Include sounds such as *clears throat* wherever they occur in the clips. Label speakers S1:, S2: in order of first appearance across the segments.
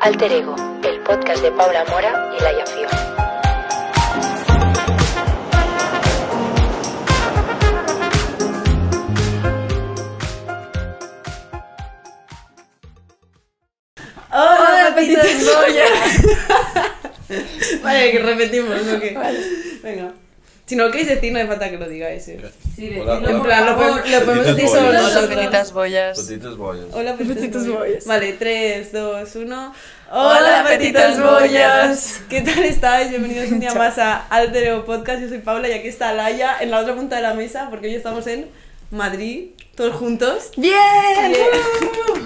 S1: Alter Ego, el podcast de Paula Mora y Laia Fio.
S2: Hola, petites
S3: *laughs* Vale, que repetimos, ¿no? Que... Venga. Si no lo queréis decir, no hace falta que lo digáis. eh.
S2: Sí,
S4: Hola,
S2: decidlo,
S4: hola.
S3: En
S2: por
S3: plan, lo,
S2: favor.
S3: podemos- lo podemos decir
S4: Petites
S3: solo
S4: boyas.
S3: nosotros.
S5: Petitas boyas.
S4: Petites boyas.
S3: Hola, petites,
S2: Petites
S3: boyas.
S2: boyas.
S3: Vale, 3, 2, 1.
S2: Hola, petites boyas.
S3: ¿Qué tal estáis? Bienvenidos
S2: *laughs*
S3: un día más a Altero Podcast. Yo soy Paula y aquí está Laia en la otra punta de la mesa porque hoy estamos en Madrid, todos juntos.
S2: ¡Bien!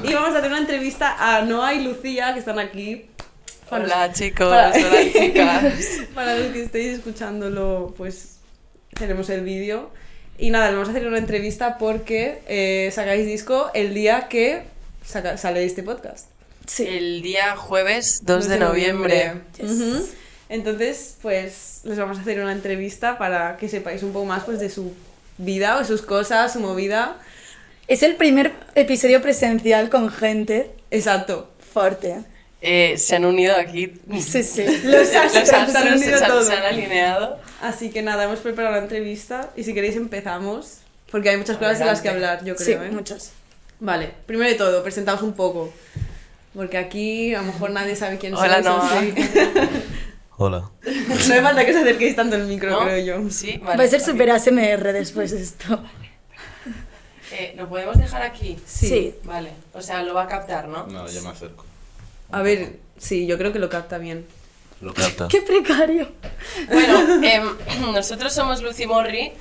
S3: Y vamos a hacer una entrevista a Noah y Lucía que están aquí
S5: Hola chicos,
S3: Hola. *laughs*
S5: hola chicas.
S3: Para los que estéis escuchándolo, pues tenemos el vídeo. Y nada, le vamos a hacer una entrevista porque eh, sacáis disco el día que saca- sale este podcast. Eh.
S2: Sí.
S5: El día jueves 2 de noviembre.
S2: Yes.
S3: Ujú. Entonces, pues les vamos a hacer una entrevista para que sepáis un poco más pues, de su vida o sus cosas, su movida.
S2: Es el primer episodio presencial con gente
S3: Exacto.
S2: fuerte.
S5: Eh, se han unido aquí.
S2: Sí, sí. Los
S5: *laughs* Los
S2: astros.
S3: han
S5: astros se,
S3: unido
S5: han- se
S3: todos.
S5: han alineado.
S3: Así que nada, hemos preparado la entrevista y si queréis empezamos, porque hay muchas cosas de las que hablar, yo creo.
S2: Sí,
S3: ¿eh?
S2: muchos.
S3: Vale, primero de todo, presentaos un poco. Porque aquí a lo mejor nadie sabe quién
S5: Hola,
S3: sois.
S5: Noa.
S3: así que *laughs*
S4: Hola.
S3: No hace falta que os acerquéis tanto el micro,
S5: ¿No?
S3: creo yo.
S5: Sí, vale.
S2: Va a ser
S5: ok.
S2: super ASMR después de esto.
S4: Ah.
S5: Eh, ¿Lo podemos dejar aquí?
S3: Sí.
S5: Vale. O sea, lo va a captar, ¿no?
S4: No, ya me acerco.
S3: A ver, sí, yo creo que lo capta bien.
S4: Lo capta.
S2: ¡Qué precario!
S5: Bueno, em, *clears throat* nosotros somos Lucy Morri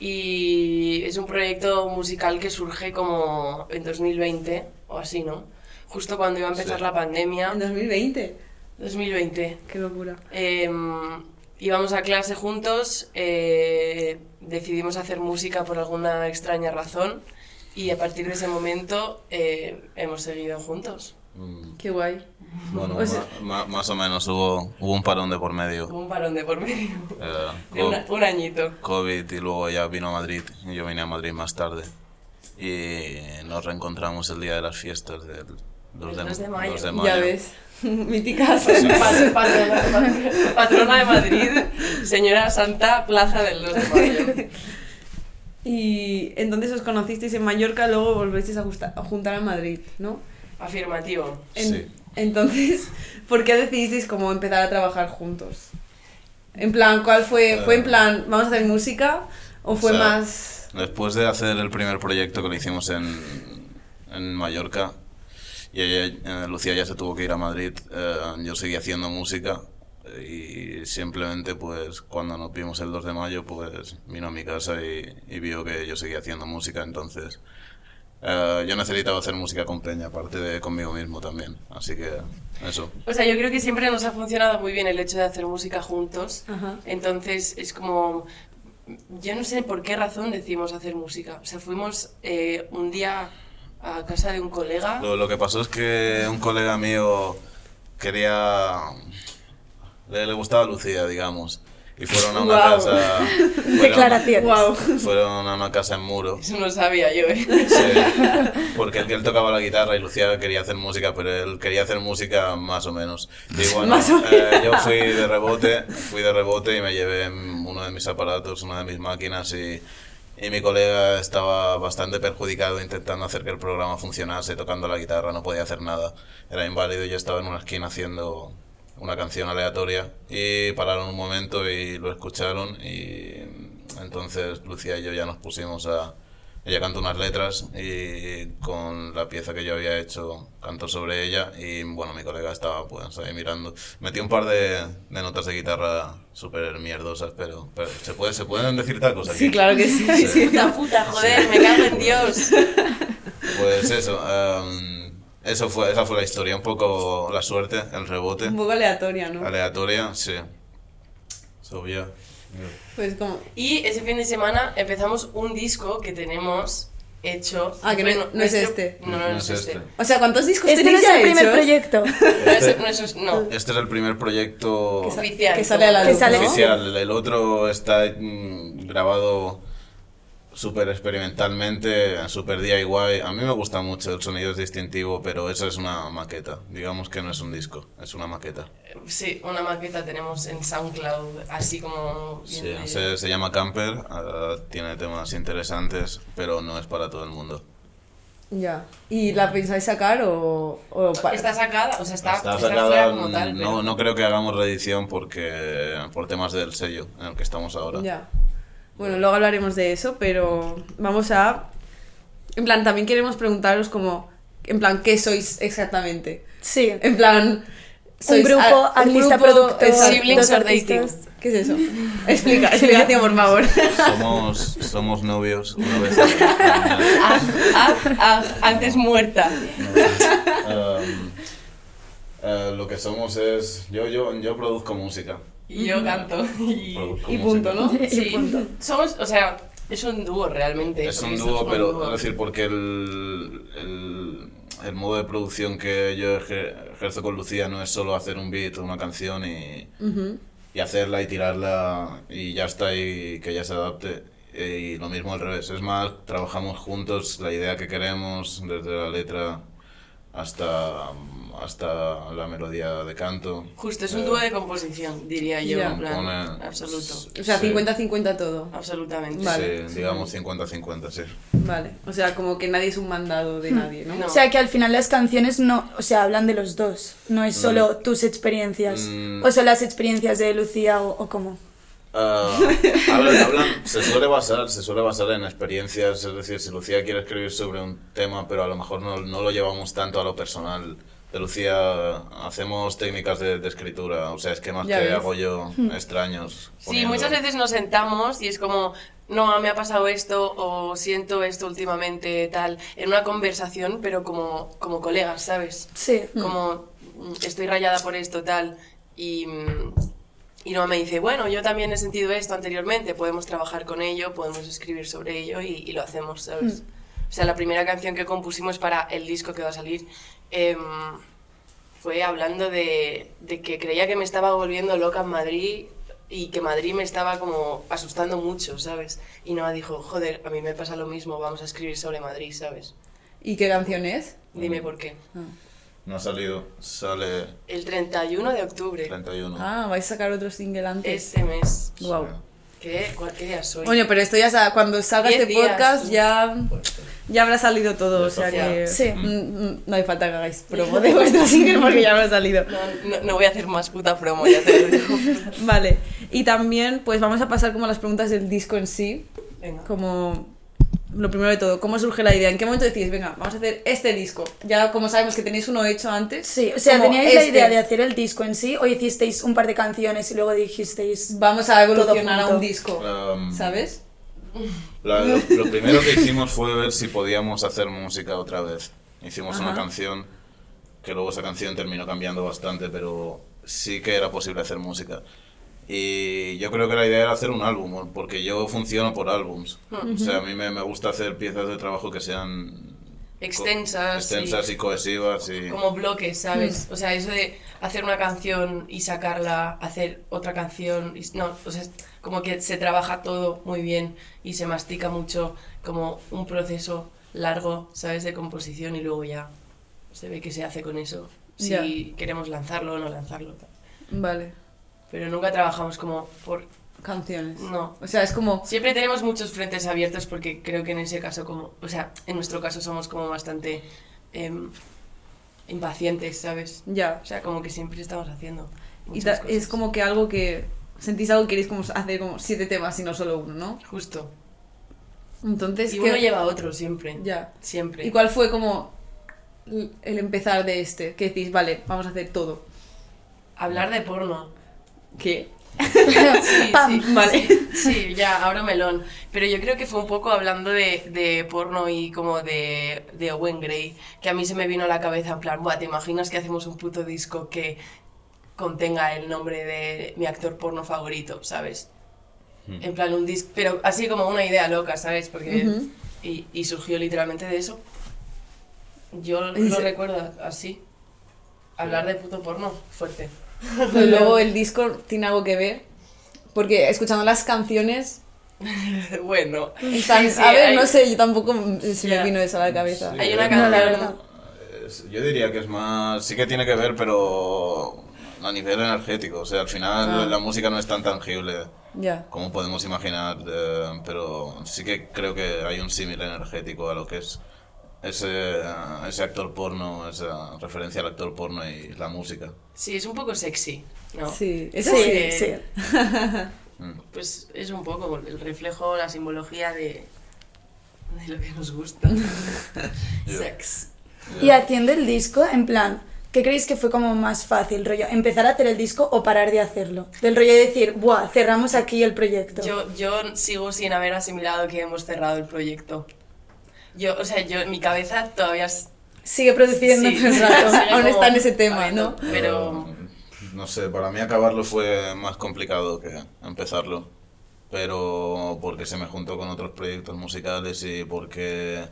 S5: y es un proyecto musical que surge como en 2020 o así, ¿no? Justo cuando iba a empezar
S4: Sí.
S5: la pandemia.
S3: En 2020.
S5: 2020.
S3: Qué locura.
S5: Em, íbamos a clase juntos, eh, decidimos hacer música por alguna extraña razón y a partir de ese momento eh, hemos seguido juntos.
S4: Mm,
S3: Qué guay.
S4: Bueno,
S3: O sea-
S4: ma- ma- más o menos hubo, hubo un parón de por medio.
S5: Hubo un parón de por medio.
S4: eh,
S5: De una-
S4: co-
S5: un añito.
S4: COVID y luego ya vino a Madrid. y Yo vine a Madrid más tarde. Y nos reencontramos el día de las fiestas del 2 de,
S5: El 2 de mayo.
S4: 2
S5: Ya
S3: Ya
S4: mayo.
S3: ves. *laughs* Míticas.
S5: Pat- Patrona, pat- patrona de Madrid, señora Santa, plaza del 2 de mayo.
S3: y entonces os conocisteis en Mallorca, luego volvisteis a, justa- a juntar a Madrid, ¿no?
S5: Afirmativo.
S3: En-
S4: Sí.
S3: Entonces, *laughs* ¿por qué decidisteis como empezar a trabajar juntos? En plan, ¿cuál fue? ¿Fue en plan, vamos a hacer música? ¿O
S4: O
S3: fue
S4: sea,
S3: más...?
S4: Después de hacer el primer proyecto que le hicimos en, en Mallorca, y ella- eh, Lucía ya se tuvo que ir a Madrid, eh, yo seguí haciendo música eh, y simplemente pues cuando nos vimos el 2 de mayo pues vino a mi casa y, y vio que yo seguía haciendo música, entonces eh, yo necesitaba hacer música con Peña, aparte de conmigo mismo también, así que eso.
S5: O sea, yo creo que siempre nos ha funcionado muy bien el hecho de hacer música juntos.
S3: Ajá.
S5: Entonces es como, yo no sé por qué razón decidimos hacer música. O sea, fuimos eh, un día a casa de un colega.
S4: Lo, lo que pasó es que un colega mío quería. Le, le gustaba Lucía, digamos. Y fueron a una
S3: Guau.
S4: casa. fueron-
S2: Declaraciones.
S3: Wow.
S4: Fueron a una casa en muro.
S5: Eso no sabía yo. ¿eh?
S4: sí,
S3: *laughs*
S4: porque él, él tocaba la guitarra y Lucía quería hacer música, pero él quería hacer música más o menos.
S3: *laughs*
S4: Y bueno,
S3: Más o
S4: eh, yo fui de rebote, fui de rebote y me llevé uno de mis aparatos, una de mis máquinas y, y mi colega estaba bastante perjudicado intentando hacer que el programa funcionase, tocando la guitarra, no podía hacer nada. Era inválido y yo estaba en una esquina haciendo una canción aleatoria y pararon un momento y lo escucharon y entonces Lucía y yo ya nos pusimos a... Ella cantó unas letras y con la pieza que yo había hecho cantó sobre ella y bueno, mi colega estaba pues ahí mirando. Metí un par de, de notas de guitarra súper mierdosas, pero, pero se, puede, se pueden decir tacos aquí.
S3: Sí, claro que sí.
S5: *laughs*
S4: Sí.
S3: sí.
S5: Puta puta, joder, me cago en Dios.
S4: Pues eso, em, eso fue, esa fue la historia, un poco la suerte, el rebote,
S3: Un poco aleatoria, ¿no?
S4: aleatoria, sí. So, yeah.
S3: Pues como...
S5: Y ese fin de semana empezamos un disco que tenemos hecho.
S3: Ah, que
S5: Fue
S3: no-
S5: nu-
S3: no es
S5: nuestro-
S3: este.
S5: No, no, no es *laughs* este.
S3: O sea, ¿cuántos discos
S2: Este no
S3: tenéis
S2: es el
S3: ya
S2: primer
S3: hechos?
S2: proyecto.
S5: No es,
S4: Este,
S5: no es- no.
S4: este es el primer proyecto
S3: *laughs* Que sa-
S5: Oficial.
S3: Que sale a la
S2: Que
S3: luz,
S2: sale-
S3: ¿no?
S4: oficial, el otro está mm, grabado súper experimentalmente, súper DIY. A mí me gusta mucho, el sonido es distintivo, pero eso es una maqueta. Digamos que no es un disco, es una maqueta.
S5: Sí, una maqueta tenemos en SoundCloud, así como...
S4: Sí,
S5: bien de-
S4: se, se llama Camper, ah, tiene temas interesantes, pero no es para todo el mundo.
S3: Ya. ¿Y la pensáis sacar o, o pa-
S5: Está sacada, o sea, está,
S4: Está
S5: está
S4: sacada,
S5: fuera como tal, pero-
S4: no, no creo que hagamos reedición porque por temas del sello en el que estamos ahora.
S3: Ya. Bueno, luego hablaremos de eso, pero vamos a... En plan, también queremos preguntaros como... En plan, ¿qué sois exactamente? *laughs*
S2: Sí.
S3: En plan... sois
S2: grupo,
S3: a-
S2: artista, productor,
S3: exacto.
S5: Siblings
S2: Dos
S5: are dating.
S2: artistas.
S3: ¿Qué es eso?
S2: *laughs*
S3: Explica, explicación, por favor.
S4: Somos, somos novios una vez.
S5: *laughs*
S4: al año.
S5: Ah, ah, ah, antes muerta.
S4: Um, eh, lo que somos es. Yo, yo, yo produzco música.
S5: Y yo canto. Y,
S4: Produzco
S3: Y punto,
S4: música.
S3: ¿no?
S5: sí,
S2: punto.
S5: somos, o sea, es un dúo realmente.
S4: Es un
S5: porque
S4: dúo,
S5: somos
S4: pero
S5: dúo.
S4: es decir, porque el, el, el modo de producción que yo ejer- ejerzo con Lucía no es solo hacer un beat, una canción y,
S3: Ujú.
S4: y hacerla y tirarla y ya está y que ya se adapte. Eh, Y lo mismo al revés. Es más, trabajamos juntos la idea que queremos, desde la letra hasta, hasta la melodía de canto.
S5: Justo, es un dúo de composición, diría yo,
S3: Ya.
S5: en plan,
S4: Compone-
S5: absoluto.
S3: O sea,
S4: Sí.
S3: 50-50 todo.
S5: Absolutamente.
S3: Vale.
S4: Sí, digamos 50-50, sí.
S3: Vale. O sea, como que nadie es un mandado
S2: Hmm.
S3: de nadie, ¿no?
S5: No.
S2: O sea que al final las canciones no, o sea, hablan de los dos, no es solo
S4: Vale.
S2: tus experiencias,
S4: Mm.
S2: o son las experiencias de Lucía o, o cómo.
S4: Ah, a ver, hablan- se suele basar, se suele basar en experiencias, es decir, si Lucía quiere escribir sobre un tema, pero a lo mejor no, no lo llevamos tanto a lo personal. De Lucía hacemos técnicas de, de escritura, o sea, esquemas que
S3: Ya ves. Hmm.
S4: hago yo extraños.
S5: Sí,
S4: poniendo-
S5: muchas veces nos sentamos y es como, no, ah, me ha pasado esto o siento esto últimamente, tal, en una conversación, pero como, como colegas, ¿sabes?
S2: Sí.
S5: Como, mm, estoy rayada por esto, tal, y, mm, y no me dice, bueno, yo también he sentido esto anteriormente, podemos trabajar con ello, podemos escribir sobre ello y, y lo hacemos, ¿sabes? O sea, la primera canción que compusimos para el disco que va a salir... em, fue hablando de, de que creía que me estaba volviendo loca en Madrid y que Madrid me estaba como asustando mucho, ¿sabes? Y Noah dijo, joder, a mí me pasa lo mismo, vamos a escribir sobre Madrid, ¿sabes?
S3: ¿Y qué canción es?
S5: Dime por qué.
S4: No ha salido, sale
S5: El 31 de octubre,
S4: 31.
S3: Ah, vais a sacar otro single antes.
S5: este mes.
S3: Wow.
S5: ¿Qué? ¿Cuál- qué día soy?
S3: Oye, pero esto ya sa- cuando salga
S5: Diez
S3: este
S5: días.
S3: podcast ya, ya habrá salido todo, o sea
S5: Ya.
S3: que
S2: Sí.
S3: Mm, mm, no hay falta que hagáis promo de
S2: *laughs*
S3: vuestro single porque ya habrá salido.
S5: No, no- no voy a hacer más puta promo, ya te lo digo.
S3: *laughs* Vale, y también pues vamos a pasar como a las preguntas del disco en sí,
S5: Venga.
S3: como lo primero de todo, ¿cómo surge la idea? ¿En qué momento decís, venga, vamos a hacer este disco? Ya como sabemos que tenéis uno hecho antes.
S2: Sí, o sea,
S3: como
S2: ¿teníais la
S3: este,
S2: idea de hacer el disco en sí o hicisteis un par de canciones y
S3: *laughs*
S2: luego dijisteis...
S3: Vamos a evolucionar a
S2: junto?
S3: un disco,
S4: Um,
S3: ¿sabes?
S4: La- lo, lo primero que hicimos fue ver si podíamos hacer música otra vez. Hicimos una
S3: Ajá.
S4: canción, que luego esa canción terminó cambiando bastante, pero sí que era posible hacer música. Y yo creo que la idea era hacer un álbum, porque yo funciono por álbums.
S5: Ah.
S4: O sea, a mí me, me gusta hacer piezas de trabajo que sean... co-
S5: Extensas y-
S4: Extensas y cohesivas y...
S5: como bloques, ¿sabes? O sea, eso de hacer una canción y sacarla, hacer otra canción, y- no, o sea, es como que se trabaja todo muy bien y se mastica mucho como un proceso largo, ¿sabes? De composición y luego ya se ve qué se hace con eso, si
S3: Ya.
S5: queremos lanzarlo o no lanzarlo. tal.
S3: Vale,
S5: Pero nunca trabajamos como por...
S3: canciones.
S5: No.
S3: O sea, es como...
S5: Siempre tenemos muchos frentes abiertos porque creo que en ese caso como, o sea, en nuestro caso somos como bastante em, impacientes, ¿sabes?
S3: Ya,
S5: O sea, como que siempre estamos haciendo.
S3: Y
S5: muchas
S3: ta-
S5: cosas.
S3: es como que algo que sentís algo que queréis como hacer como siete temas y no solo uno, ¿no?
S5: Justo.
S3: Entonces
S5: y
S3: ¿qué-
S5: uno lleva a otro siempre.
S3: ya.
S5: Siempre.
S3: ¿Y cuál fue como l- el empezar de este? Que decís, vale, vamos a hacer todo.
S5: Hablar de porno.
S3: ¿Qué?
S5: Sí,
S2: Pam,
S5: sí,
S3: vale.
S5: sí, sí, ya, ahora melón. Pero yo creo que fue un poco hablando de, de porno y como de, de Owen Grey, que a mí se me vino a la cabeza en plan, Buah, ¿te imaginas que hacemos un puto disco que contenga el nombre de mi actor porno favorito, ¿sabes? En plan un disco, pero así como una idea loca, ¿sabes? Porque
S3: Ujú.
S5: y, y surgió literalmente de eso. Yo
S3: Y
S5: lo
S3: se-
S5: recuerdo así. Hablar de puto porno, fuerte.
S3: Pero luego el disco tiene algo que ver. Porque escuchando las canciones
S5: bueno.
S3: Tan-
S5: sí, sí,
S3: a ver,
S5: hay-
S3: no sé, yo tampoco se
S5: Ya.
S3: me vino eso a la cabeza.
S4: Sí.
S5: Hay una
S4: No,
S5: canción.
S4: la
S2: verdad.
S4: Es- Yo diría que es más. Sí que tiene que ver, pero a nivel energético. O sea, al final
S5: Ah.
S4: la música no es tan tangible
S3: Ya.
S4: como podemos imaginar, eh, pero sí que creo que hay un símil energético a lo que es ese, eh, ese actor porno, esa referencia al actor porno y la música.
S5: Sí, es un poco sexy, ¿no?
S3: Sí,
S5: Es
S3: es
S5: así
S2: Sí,
S5: de-
S2: sí.
S4: Mm.
S5: Pues es un poco el reflejo, la simbología de, de lo que
S3: *laughs*
S5: nos gusta.
S4: Yeah.
S5: Sex.
S2: Y haciendo el disco, en plan, ¿qué creéis que fue como más fácil, rollo? ¿Empezar a hacer el disco o parar de hacerlo? Del rollo de decir, ¡buah! Cerramos aquí el proyecto.
S5: Yo, yo sigo sin haber asimilado que hemos cerrado el proyecto. Yo, o sea, yo, mi cabeza todavía es-
S2: Sigue produciendo
S5: sí,
S2: todo
S3: *laughs*
S2: el
S5: *laughs*
S2: rato.
S5: sigue
S3: aún
S5: como-
S3: está en ese tema,
S5: Ay,
S3: ¿no?
S5: Pero
S4: No sé, para mí acabarlo fue más complicado que empezarlo. Pero porque se me juntó con otros proyectos musicales y porque.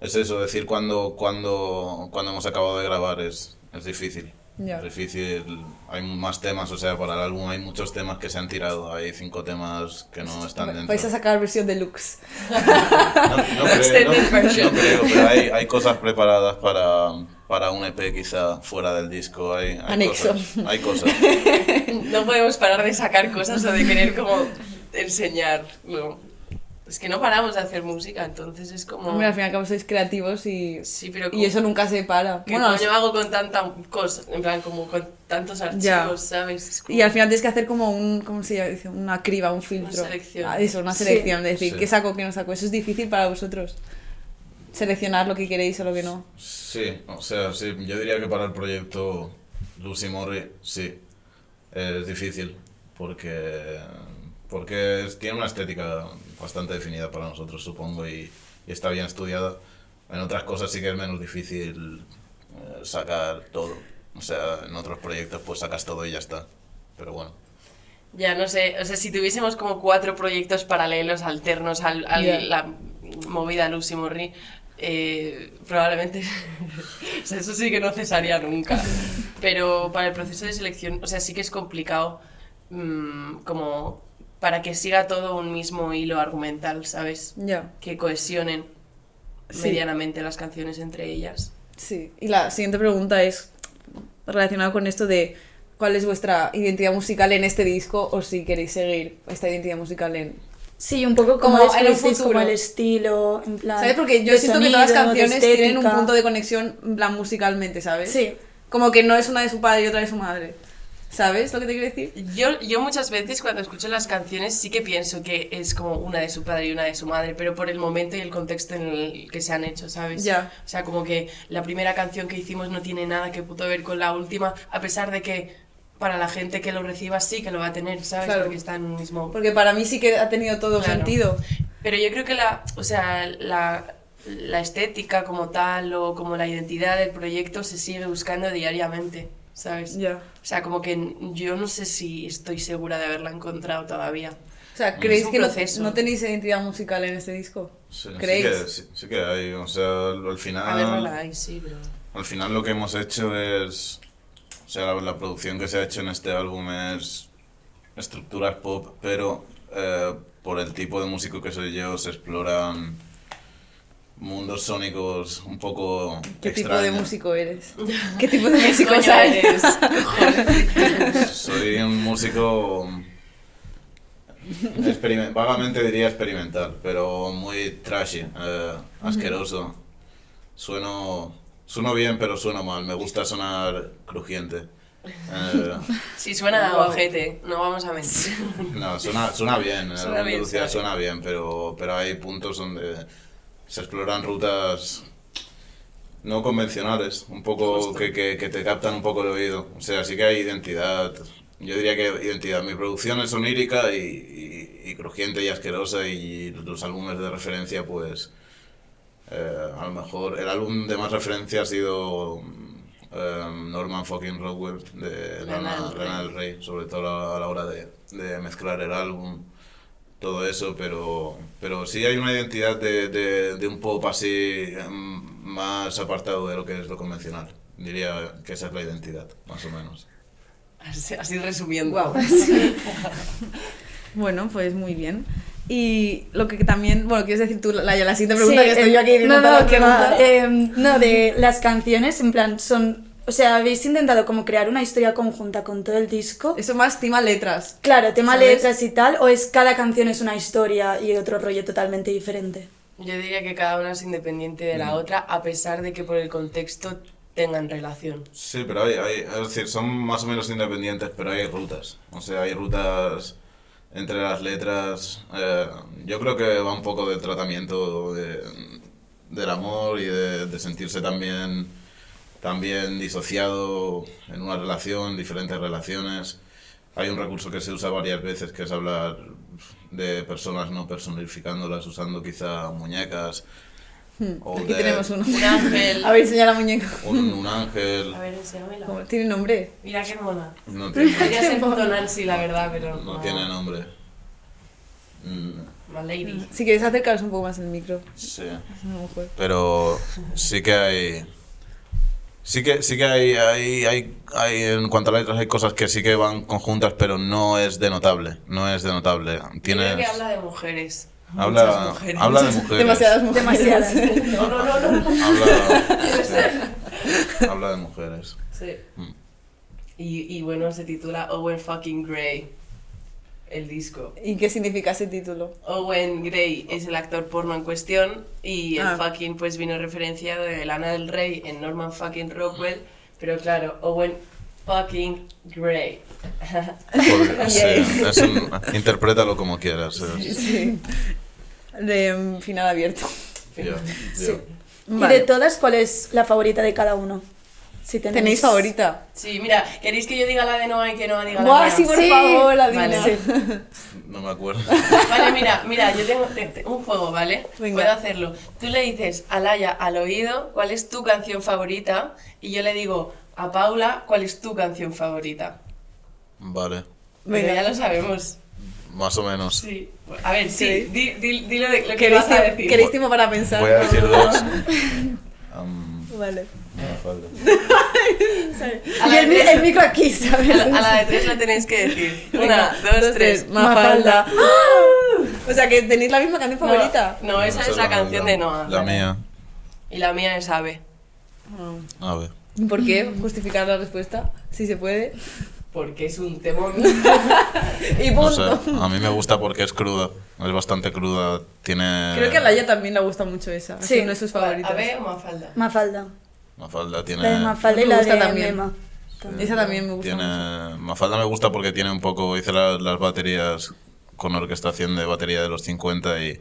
S4: Es eso, decir cuando, cuando, cuando hemos acabado de grabar es, es difícil.
S3: Ya.
S4: Es difícil. Hay más temas, o sea, para el álbum hay muchos temas que se han tirado. Hay cinco temas que no están
S5: Pues
S4: dentro.
S3: Vais a sacar versión deluxe.
S5: *laughs*
S4: No, no creo,
S5: Extended
S4: no-
S5: version.
S4: no creo, pero hay, hay cosas preparadas para, para un EP quizá fuera del disco. Hay, hay
S3: Anexo.
S4: Cosas, hay cosas.
S5: no podemos parar de sacar cosas o de querer como enseñar. No. Es que no paramos de hacer música, entonces es como...
S3: Hombre, al fin y al cabo sois creativos y,
S5: Ah. Sí, pero
S3: y eso nunca se para.
S5: ¿Qué
S3: Bueno,
S5: coño hago con tanta cosa? En plan, como con tantos archivos,
S3: Ya.
S5: ¿sabes? Es como-
S3: y al final tienes que hacer como un, ¿cómo se llama? Dice, Una criba, un filtro.
S5: selección.
S3: Ah, Eso, una
S2: Sí.
S3: selección. de decir,
S4: Sí.
S3: ¿qué saco, qué no saco? Eso es difícil para vosotros. Seleccionar lo que queréis o lo que no.
S4: Sí, o sea, sí, yo diría que para el proyecto Lucy Morri, sí, es difícil, porque, porque es- tiene una estética bastante definida para nosotros, supongo, y, y está bien estudiada. En otras cosas sí que es menos difícil eh, sacar todo. O sea, en otros proyectos pues sacas todo y ya está. Pero bueno.
S5: Ya, no sé, o sea, si tuviésemos como cuatro proyectos paralelos, alternos al, a
S3: Ya.
S5: la movida Lucy Morri, eh, probablemente, *laughs* o sea, eso sí que no cesaría nunca. Pero para el proceso de selección, o sea, sí que es complicado mm, como para que siga todo un mismo hilo argumental, ¿sabes?
S3: Ya.
S5: Que cohesionen
S3: Sí.
S5: medianamente las canciones entre ellas.
S3: Sí, y la siguiente pregunta es relacionada con esto de cuál es vuestra identidad musical en este disco o si queréis seguir esta identidad musical en...
S2: Sí, un poco
S3: Como
S2: como,
S3: en un
S2: describisteis como
S3: futuro.
S2: el estilo, en plan...
S3: ¿Sabes? Porque yo
S2: de
S3: siento que todas las
S2: sonido, de
S3: canciones tienen un
S2: estética.
S3: punto de conexión en plan musicalmente, ¿sabes?
S2: Sí.
S3: Como que no es una de su padre y otra de su madre. ¿Sabes lo que te quiero decir?
S5: Yo, yo muchas veces cuando escucho las canciones sí que pienso que es como una de su padre y una de su madre, pero por el momento y el contexto en el que se han hecho, ¿sabes?
S3: Ya.
S5: O sea, como que la primera canción que hicimos no tiene nada que puto ver con la última, a pesar de que para la gente que lo reciba sí que lo va a tener, ¿sabes?
S3: Claro.
S5: Porque está en un mismo...
S3: Porque para mí sí que ha tenido todo
S5: Claro.
S3: sentido.
S5: Pero yo creo que la, o sea, la, la estética como tal o como la identidad del proyecto se sigue buscando diariamente, ¿sabes?
S3: Ya.
S5: O sea, como que n- yo no sé si estoy segura de haberla encontrado todavía.
S3: O sea, ¿creéis
S5: un
S3: que no,
S5: proceso.
S3: no tenéis identidad musical en este disco?
S4: Sí, sí
S3: ¿Creéis?
S4: que, sí, sí que hay, o sea, al al final...
S5: A ver, no la hay, sí, pero...
S4: Al final lo que hemos hecho es... O sea, la, la producción que se ha hecho en este álbum es estructuras pop, pero eh, por el tipo de músico que soy yo se exploran mundos sónicos un poco...
S3: ¿Qué tipo de
S4: extraños.
S3: músico
S2: *laughs*
S3: eres? ¿Qué tipo de músico
S5: Coña
S3: eres?
S5: eres.
S4: Soy un músico experimen- vagamente diría experimental, pero muy trashy, eh, asqueroso. Sueno, sueno bien, pero sueno mal. Me gusta sonar crujiente. Eh,
S5: Si suena a ojete, no vamos a mentir.
S4: no, suena, suena bien. eh,
S5: Suena bien, suena
S4: Andalucía suena bien, pero, pero hay puntos donde se exploran rutas no convencionales, un poco que, que- que te captan un poco el oído. O sea, sí que hay identidad. Yo diría que identidad. Mi producción es onírica y, y- y crujiente y asquerosa y los álbumes de referencia, pues... eh, a lo mejor el álbum de más referencia ha sido eh, Norman fucking Rockwell de
S5: Lana
S4: Lana,
S5: del Rey.
S4: Lana del Rey, sobre todo a la, a la hora de, de mezclar el álbum todo eso, pero, pero sí hay una identidad de, de, de un pop así mm, más apartado de lo que es lo convencional. Diría que esa es la identidad, más o menos.
S5: Así, así resumiendo.
S3: Guau. bueno, pues muy bien. Y lo que también, bueno, quieres decir tú, Laia, la siguiente pregunta que estoy yo aquí.
S2: No,
S3: dispuesta a
S2: no, que va.
S3: preguntar.
S2: Eh, no, de las canciones, en plan, son. O sea, habéis intentado como crear una historia conjunta con todo el disco.
S3: Eso más tima letras.
S2: Claro, tema
S3: ¿Sabes?
S2: letras y tal, o es cada canción es una historia y otro rollo totalmente diferente.
S5: Yo diría que cada una es independiente de la otra, a pesar de que por el contexto tengan relación.
S4: Sí, pero hay, hay, es decir, son más o menos independientes, pero hay rutas. O sea, hay rutas entre las letras. eh, yo creo que va un poco del tratamiento de- del amor y de, de sentirse también, también disociado en una relación, diferentes relaciones. Hay un recurso que se usa varias veces, que es hablar de personas no personificándolas, usando quizá muñecas. o
S3: Hmm, Aquí
S4: de
S3: tenemos uno.
S5: Un
S3: *laughs*
S5: ángel.
S3: A ver, enseña la muñeca.
S4: Un,
S3: *laughs*
S4: un ángel.
S5: A ver, enséñamela.
S3: ¿Cómo? Tiene nombre.
S5: Mira *laughs* qué mona.
S4: No tiene-
S5: Podría ser Don Nancy, la verdad, pero.
S4: No tiene nombre. Mm,
S5: My lady.
S3: Si quieres acercaros un poco más el micro.
S4: sí.
S3: Es una mujer.
S4: Pero sí que hay. Sí que, sí que hay, hay, hay, hay- en cuanto a letras, hay cosas que sí que van conjuntas, pero no es denotable. No es denotable. Tienes,
S5: Creo que habla de mujeres.
S4: habla,
S5: muchas mujeres.
S4: habla de mujeres.
S3: Demasiadas mujeres.
S2: Demasiadas.
S5: *laughs* No, no, no, no.
S4: Habla, sí. *laughs* habla de mujeres.
S5: Sí.
S4: Mm.
S5: Y, y bueno, se titula Owen fucking Grey. El disco.
S3: *laughs* ¿Y qué significa ese título?
S5: Owen Grey es el actor porno en cuestión y el
S3: Ah.
S5: fucking pues vino referenciado de Lana del Rey en Norman fucking Rockwell, pero claro, Owen fucking Grey.
S4: Por- sí, es un- interprétalo como quieras. eh. es-
S3: Sí. De mm, final abierto.
S4: yo- yo-
S2: Y
S3: Vale.
S2: de todas, ¿cuál es la favorita de cada uno? Si tenéis,
S3: ¿Tenéis favorita?
S5: Sí, mira, ¿queréis que yo diga la de Noah y que Noah diga la
S3: Buah,
S5: mía?
S3: sí, por
S2: Sí.
S3: favor, la
S5: Vale.
S4: No me acuerdo.
S5: Vale, mira, mira, yo tengo te- te- un juego, ¿vale?
S3: Venga.
S5: Puedo hacerlo. Tú le dices a Laia al oído cuál es tu canción favorita y yo le digo a Paula cuál es tu canción favorita.
S4: Vale.
S5: Pero
S3: Venga.
S5: ya lo sabemos.
S4: Más o menos.
S5: Sí. A ver, sí,
S3: Ok.
S5: di, di- di lo, de, lo que
S3: ¿Queréis,
S5: vas a
S3: tiemp-
S5: decir.
S3: queréis tiempo para pensar?
S4: Voy a decir *laughs* dos. Am,
S3: Vale.
S4: me falta.
S5: A
S2: *laughs* Y
S5: la,
S2: el, mi-
S5: de tres,
S2: el micro aquí, ¿sabes?
S5: a la- a la de tres la tenéis que *laughs* decir. Una, dos, tres.
S3: Mafalda. ¡Ah! O sea, que tenéis la misma canción favorita.
S5: No, no, esa es la canción de Noah.
S4: La mía.
S5: Y la mía es Ave.
S4: A ver.
S3: ¿Y ¿Por qué? Justificar la respuesta, si se puede.
S5: Porque es un *laughs* temón.
S3: Y
S4: No
S3: punto.
S4: sé, a mí me gusta porque es cruda. Es bastante cruda. Tiene.
S3: *laughs* Creo que a Laia también le gusta mucho esa.
S2: Sí.
S3: Sí, no es sus favoritas.
S5: Ave o Mafalda.
S2: Mafalda.
S4: Mafalda
S2: La
S5: Ah.
S2: de
S4: tiene.
S2: Mafalda y
S3: Me
S2: la
S3: gusta
S2: de
S3: también.
S2: Mema.
S3: Esa también me gusta.
S4: tiene Mafalda me gusta porque tiene un poco. Hice la- las baterías con orquestación de batería de los 50 y.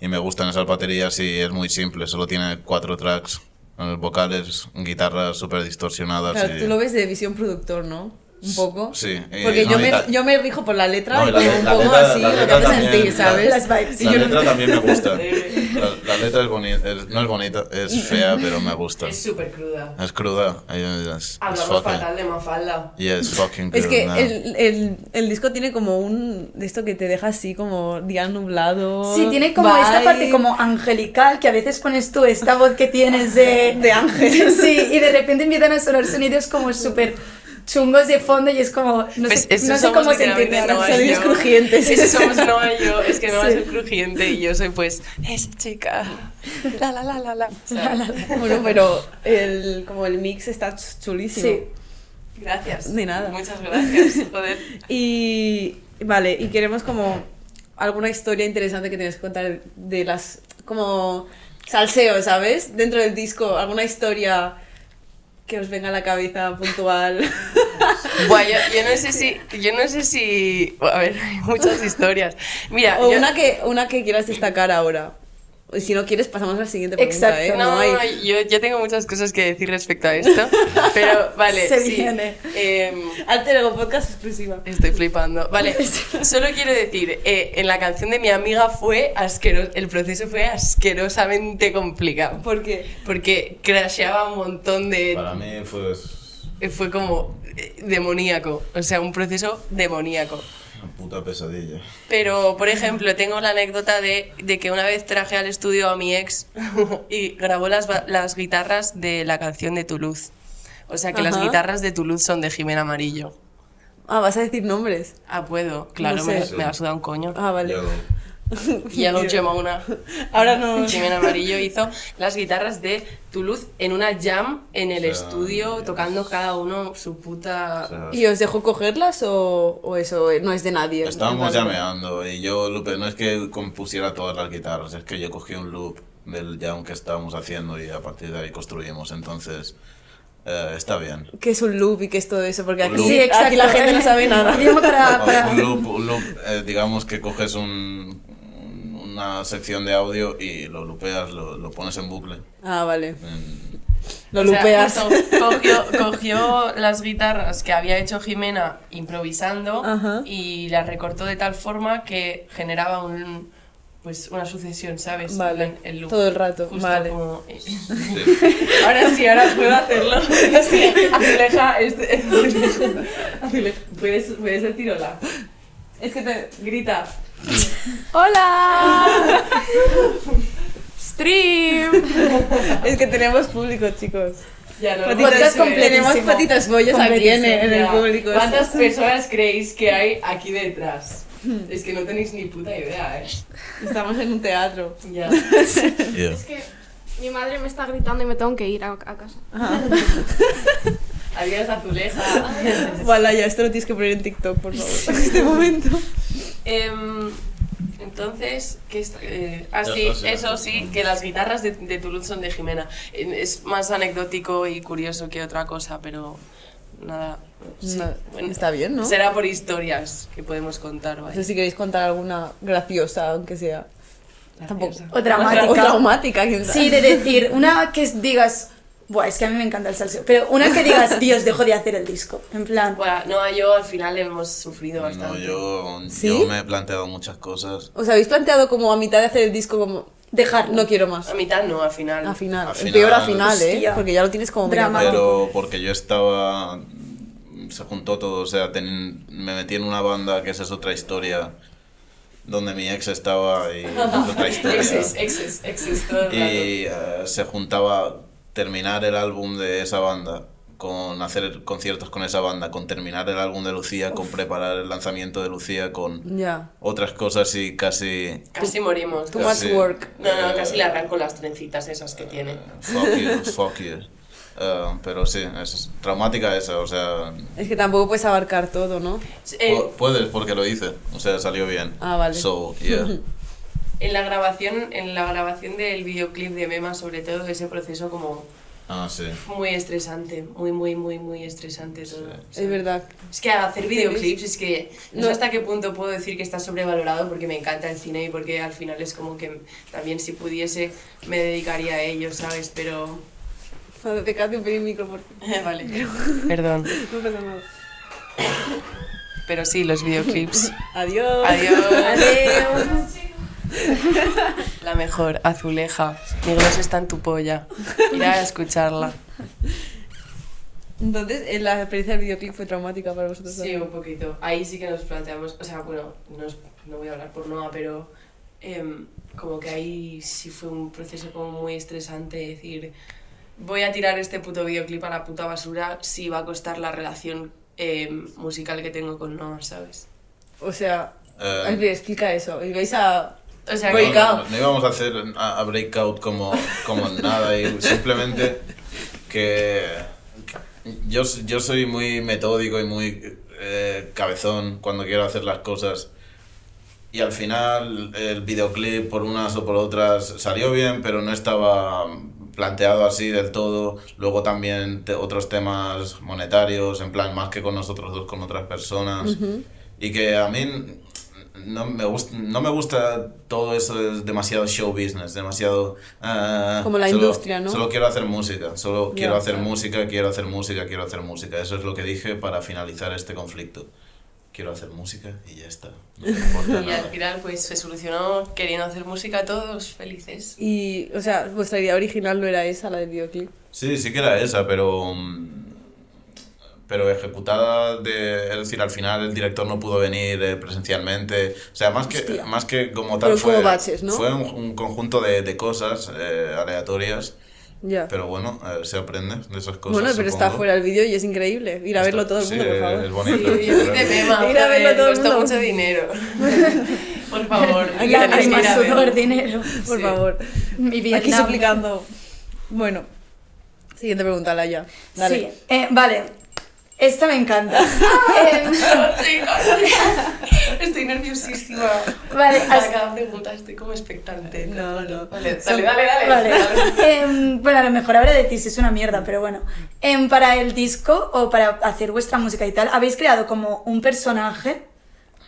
S4: Y me gustan esas baterías y es muy simple. Solo tiene cuatro tracks. eh, Vocales, guitarras súper distorsionadas.
S3: Claro,
S4: y-
S3: tú lo ves de visión productor, ¿no? Un poco.
S4: Sí, y-
S3: Porque
S4: no,
S3: yo,
S4: y
S3: me,
S4: la-
S3: yo me rijo por la letra
S4: No, y
S3: y
S4: la-
S3: como un
S4: la
S3: poco
S4: letra-
S3: así,
S4: la
S3: lo que
S4: letra
S3: hace
S4: también,
S3: sentir,
S4: la-
S3: ¿sabes?
S2: Las vibes.
S4: La letra también me
S3: *laughs*
S4: gusta.
S5: Sí.
S4: La, la letra es bonita, es- no es bonita, es fea, pero me gusta.
S5: Es
S4: Es
S5: súper cruda.
S4: cruda. Es,
S5: Hablamos fatal de Mafalda.
S4: Yes, fucking
S3: Es
S4: cruel,
S3: que
S4: no.
S3: el, el- el disco tiene como un. de esto que te deja así, como día nublado.
S2: Sí, tiene como esta
S3: vibe.
S2: parte como angelical, que a veces pones tú esta voz que tienes de...
S3: *laughs* De ángel.
S2: *laughs* Sí, y de repente empiezan a sonar sonidos como súper chungos de fondo y es como... No
S5: Pues
S2: sé,
S5: eso
S2: no sé
S5: somos
S2: cómo
S5: literalmente
S2: sentirme. ahora.
S5: Noah y
S3: sonidos
S5: yo.
S3: crujientes.
S5: *laughs* Eso somos Noah y yo. Es que Noah
S2: Sí.
S5: es el crujiente y yo soy pues esa chica. La la la la la. O sea,
S3: *laughs* Bueno, pero el, como el mix está ch- chulísimo.
S2: Sí.
S5: Gracias.
S3: De nada.
S5: Muchas gracias. Joder.
S3: Y vale, y queremos como alguna historia interesante que tienes que contar de las como salseo, ¿sabes? Dentro del disco, alguna historia que os venga a la cabeza puntual. *laughs*
S5: Buah, yo, yo no sé si. Yo no sé si. A ver, hay muchas historias. Mira,
S3: o
S5: Ah, yo-
S3: una que una que quieras destacar ahora. Y si no quieres pasamos a la siguiente pregunta, ¿eh?
S2: Exacto.
S5: No, no,
S3: hay-
S5: no, yo, yo tengo muchas cosas que decir respecto a esto. Pero vale,
S2: Se
S5: sí.
S2: viene.
S5: Em,
S3: Alter Ego podcast exclusiva.
S5: Estoy flipando. Vale, solo quiero decir, eh, en la canción de mi amiga fue asqueroso, el proceso fue asquerosamente complicado.
S3: Porque
S5: Porque crasheaba un montón
S4: Para
S5: de...
S4: mí fue.
S5: eh, Fue como eh, demoníaco, o sea, un proceso demoníaco.
S4: Una puta pesadilla.
S5: Pero, por ejemplo, tengo la anécdota de, de que una vez traje al estudio a mi ex *laughs* y grabó las, ba- las guitarras de la canción de Toulouse. O sea que las
S3: Ajá.
S5: guitarras de Toulouse son de Jimena Amarillo.
S3: ah, vas a decir nombres.
S5: Ah, puedo, claro,
S3: No
S5: me,
S3: sé.
S5: me la suda un coño.
S3: Ah, vale.
S4: Yo-
S5: Y ya lo llama una.
S3: *laughs* Ahora no.
S5: Jimena Amarillo hizo las guitarras de Toulouse en una jam en el
S4: O sea,
S5: estudio, tocando cada uno su puta.
S4: O sea,
S3: Ah, ¿Y os dejo cogerlas o, o eso no es de nadie?
S4: Estábamos
S3: En plan-
S4: llameando y yo, Lupe, no es que compusiera todas las guitarras, es que yo cogí un loop del jam que estábamos haciendo y a partir de ahí construimos, entonces eh, está bien.
S3: ¿Qué es un loop y qué es todo eso? Porque aquí,
S4: Loop.
S2: *laughs* Sí, exacto.
S3: aquí la gente no sabe nada.
S2: Idioma para- para-
S4: Un loop, un loop, eh, digamos que coges un- una sección de audio y lo lupeas, lo, lo pones en bucle.
S3: Ah, vale.
S4: en-
S3: Lo
S5: O sea,
S3: lupeas.
S5: *laughs* justo cogió, cogió las guitarras que había hecho Jimena improvisando
S3: Ajá.
S5: y las recortó de tal forma que generaba un, pues, una sucesión, ¿sabes?
S3: Vale.
S5: El loop.
S3: Todo el rato.
S5: Justo
S3: vale.
S5: como- *laughs*
S2: *laughs*
S4: sí.
S5: Ahora sí, ahora puedo hacerlo. Sí,
S3: *laughs*
S5: azuleja, este, azuleja. Puedes, puedes decir hola. Es que te grita.
S6: *laughs* ¡Hola! ¡Stream!
S3: Es que tenemos público, chicos.
S5: Ya no.
S2: Patitas
S5: Patitas
S2: completísimo.
S3: Tenemos patitas bollas aquí en, en el
S5: Ya.
S3: público.
S5: ¿Cuántas personas creéis que hay aquí detrás? Es que no tenéis ni puta idea, eh.
S3: Estamos en un teatro.
S5: Ya.
S4: Yeah.
S6: Es que mi madre me está gritando y me tengo que ir a, a casa.
S5: Adiós, azuleja.
S3: *laughs* Vale, ya, esto lo tienes que poner en TikTok, por favor. En este momento.
S5: Em, entonces, ¿qué está? eh, ah,
S4: Ya
S5: sí,
S4: está, sí.
S5: eso sí, que las guitarras de, de Toulouse son de Jimena. Em, Es más anecdótico y curioso que otra cosa, pero nada. sí,
S3: No,
S5: bueno,
S3: Mm, está bien, ¿no? Pues,
S5: Será por historias que podemos contar,
S3: No
S5: vaya.
S3: sé si queréis contar alguna graciosa, aunque sea. Tampoco.
S5: Graciosa.
S2: O dramática.
S3: O traumática, quién sabe.
S2: Sí, de decir, una que digas, Buah, es que a mí me encanta el salseo, pero una que digas, Dios, dejo de hacer el disco. En plan,
S5: Bueno, no, yo al final hemos sufrido
S4: No,
S5: bastante.
S4: yo,
S3: ¿Sí?
S4: yo me he planteado muchas cosas.
S3: ¿Os habéis planteado como a mitad de hacer el disco como
S2: dejar.
S3: no quiero más?
S5: A mitad no, al final.
S3: Al final.
S4: Al
S3: Es peor al
S4: final.
S3: final, ¿eh?
S2: Hostia.
S3: Porque ya lo tienes como medio
S2: Drama.
S3: acabado.
S4: Pero porque yo estaba. Se juntó todo, o sea, ten- me metí en una banda que esa es otra historia. Donde mi ex estaba y es
S2: *laughs*
S4: otra historia.
S5: Exes, exes, exes, todo el rato.
S4: Y eh, se juntaba terminar el álbum de esa banda con hacer conciertos con esa banda, con terminar el álbum de Lucía, con preparar el lanzamiento de Lucía, con
S3: Ya.
S4: otras cosas y casi...
S5: Casi morimos.
S3: Too much
S4: casi,
S3: work.
S5: No, no, casi
S4: eh,
S5: le arranco las trencitas esas que tiene.
S4: Fuck
S3: *laughs*
S4: you, fuck you. Eh, pero sí, es traumática esa, o sea...
S3: Es que tampoco puedes abarcar todo, ¿no?
S5: Eh,
S4: pu- Puedes, porque lo hice, o sea, salió bien.
S3: Ah, vale.
S4: So,
S3: *laughs*
S4: yeah.
S5: En la grabación, en la grabación del videoclip de Mema, sobre todo, ese proceso como
S4: Ah, sí.
S5: muy estresante, muy, muy, muy, muy estresante todo.
S4: Sí.
S5: Sí.
S3: Es verdad. *laughs*
S5: Es que hacer videoclips es que no,
S3: No.
S5: sé hasta qué punto puedo decir que está sobrevalorado porque me encanta el cine y porque al final es como que también si pudiese me dedicaría a ello, ¿sabes? Pero...
S3: Cuando te cambio pedir micro, por favor. *laughs*
S5: vale. *laughs* Perdón.
S3: No pasa nada.
S5: Pero sí, los videoclips.
S3: Adiós.
S5: Adiós. Adiós. La mejor, Azuleja. Mi gloss está en tu polla. Ir a escucharla.
S3: Entonces, eh, la experiencia del videoclip fue traumática para vosotros.
S5: Sí,
S3: también?
S5: un poquito. Ahí sí que nos planteamos, o sea, bueno, no, es- no voy a hablar por Noa, pero em, como que ahí sí fue un proceso como muy estresante decir, voy a tirar este puto videoclip a la puta basura si va a costar la relación em, musical que tengo con Noa, ¿sabes?
S3: O sea,
S4: Eh,
S3: ay, mira, explica eso. Y vais a.
S5: O sea,
S4: No,
S5: que,
S3: Breakout.
S4: no, no, no íbamos a hacer a, a breakout como, como *laughs* nada, y simplemente que yo, s- yo soy muy metódico y muy eh, cabezón cuando quiero hacer las cosas. Y al final el videoclip por unas o por otras salió bien, pero no estaba planteado así del todo. Luego también te- otros temas monetarios, en plan más que con nosotros dos, con otras personas. Y que a mí no me, gusta, no me gusta todo eso, es demasiado show business, demasiado... ah,
S3: Como la
S4: solo-
S3: industria, ¿no?
S4: Solo quiero hacer música, solo
S3: Ya,
S4: quiero hacer
S3: claro.
S4: música, quiero hacer música, quiero hacer música. Eso es lo que dije para finalizar este conflicto. Quiero hacer música y ya está. No
S5: *laughs*
S4: me importa
S5: y al
S4: nada.
S5: final pues se solucionó queriendo hacer música todos felices.
S3: Y, o sea, vuestra idea original no era esa, la del videoclip.
S4: Sí, sí que era esa, pero... mm, Pero ejecutada de... Es decir, al final el director no pudo venir eh, presencialmente. O sea, más que,
S2: Hostia.
S4: más que como tal
S3: Pero
S4: fue...
S3: como baches, ¿no?
S4: Fue un, un conjunto de, de cosas eh, aleatorias.
S3: Ya.
S4: Pero bueno, eh, se aprende de esas cosas.
S3: bueno, pero está
S4: supongo.
S3: fuera el vídeo y es increíble. Ir a verlo todo el *laughs*
S4: Sí,
S3: mundo, por favor.
S4: es bonito.
S5: Y de Mema,
S3: Ir a verlo
S5: joder,
S3: todo el
S5: costó
S3: mundo.
S5: mucho dinero. *laughs* Por favor.
S2: Lágrimas,
S5: respira,
S2: sudor,
S5: ven.
S2: dinero.
S3: *laughs* Por
S5: Sí.
S3: favor.
S2: Mi vida.
S3: Aquí suplicando. Bueno. Siguiente pregunta, Laia. Dale.
S2: Sí, eh, vale. Esta me
S3: *laughs*
S2: encanta. Em,
S5: *laughs* Chicos, Estoy nerviosísima.
S2: vale,
S5: Para
S2: as-
S5: cada pregunta estoy como expectante.
S3: No, no.
S5: Vale, dale,
S2: Son-
S5: dale, dale.
S2: Vale.
S5: dale.
S2: Em, bueno, a lo mejor ahora decís es una mierda, pero bueno. Em, para el disco o para hacer vuestra música y tal, ¿habéis creado como un personaje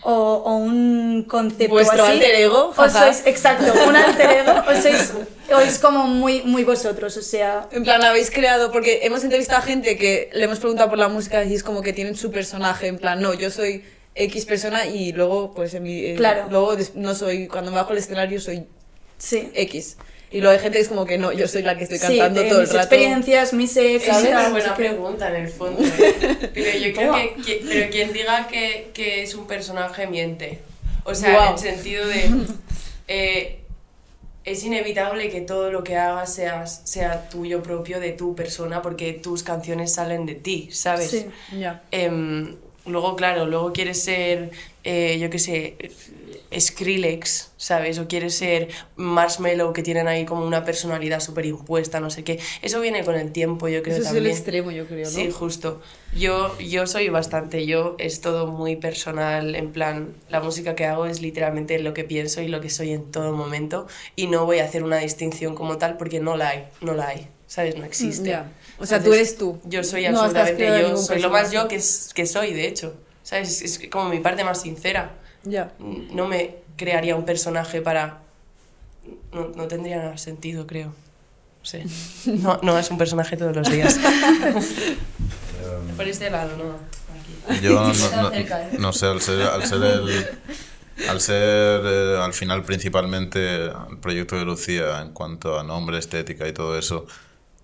S2: o, o un concepto
S3: Vuestro
S2: así?
S3: alter ego,
S2: O
S3: jaja.
S2: sois, exacto, un alter ego. O sois, o es como muy, muy vosotros, o sea...
S3: En plan, habéis creado, porque hemos entrevistado a gente que le hemos preguntado por la música y es como que tienen su personaje, en plan, no, yo soy X persona y luego, pues, en mi, eh,
S2: Claro.
S3: luego des- no soy, cuando me bajo el escenario soy
S2: Sí.
S3: X. Y luego hay gente que es como que no, yo soy la que estoy
S2: Sí,
S3: cantando
S2: de
S3: todo el
S2: mis
S3: rato.
S2: experiencias, mis ex,
S5: Es una buena
S2: tal, no sé qué.
S5: pregunta en el fondo. *laughs* ¿eh? Pero yo creo
S2: Toma.
S5: que, que- pero quien diga que, que es un personaje miente. O sea, en el
S3: Guau.
S5: sentido de eh, es inevitable que todo lo que hagas seas, sea tuyo propio de tu persona porque tus canciones salen de ti, ¿sabes?
S2: Sí.
S3: Ya.
S5: Em, luego, claro, luego quieres ser, eh, yo qué sé, Skrillex, ¿sabes? O quieres ser Marshmallow, que tienen ahí como una personalidad súper impuesta, no sé qué. Eso viene con el tiempo, yo creo
S3: Eso es el
S5: también.
S3: extremo, yo creo, ¿no?
S5: Sí, justo. Yo, yo soy bastante yo, es todo muy personal, en plan, la música que hago es literalmente lo que pienso y lo que soy en todo momento y no voy a hacer una distinción como tal porque no la hay, no la hay, ¿sabes? No existe.
S3: Mm, Ya. O sea,
S5: Entonces,
S3: tú eres tú.
S5: Yo soy
S3: No has
S5: absolutamente
S3: creado
S5: yo,
S3: ningún
S5: soy lo más
S3: personaje.
S5: yo que, s- que soy, de hecho, ¿sabes? Es es como mi parte más sincera.
S3: Ya.
S5: No me crearía un personaje para... No, no tendría sentido, creo. Sí. No, no es un personaje todos los
S3: *laughs*
S5: días. Por este lado, no. Aquí. *laughs*
S4: Yo no, no-
S5: cerca, ¿eh?
S4: no sé, al ser, al ser el- Al ser eh, al final principalmente el proyecto de Lucía en cuanto a nombre, estética y todo eso,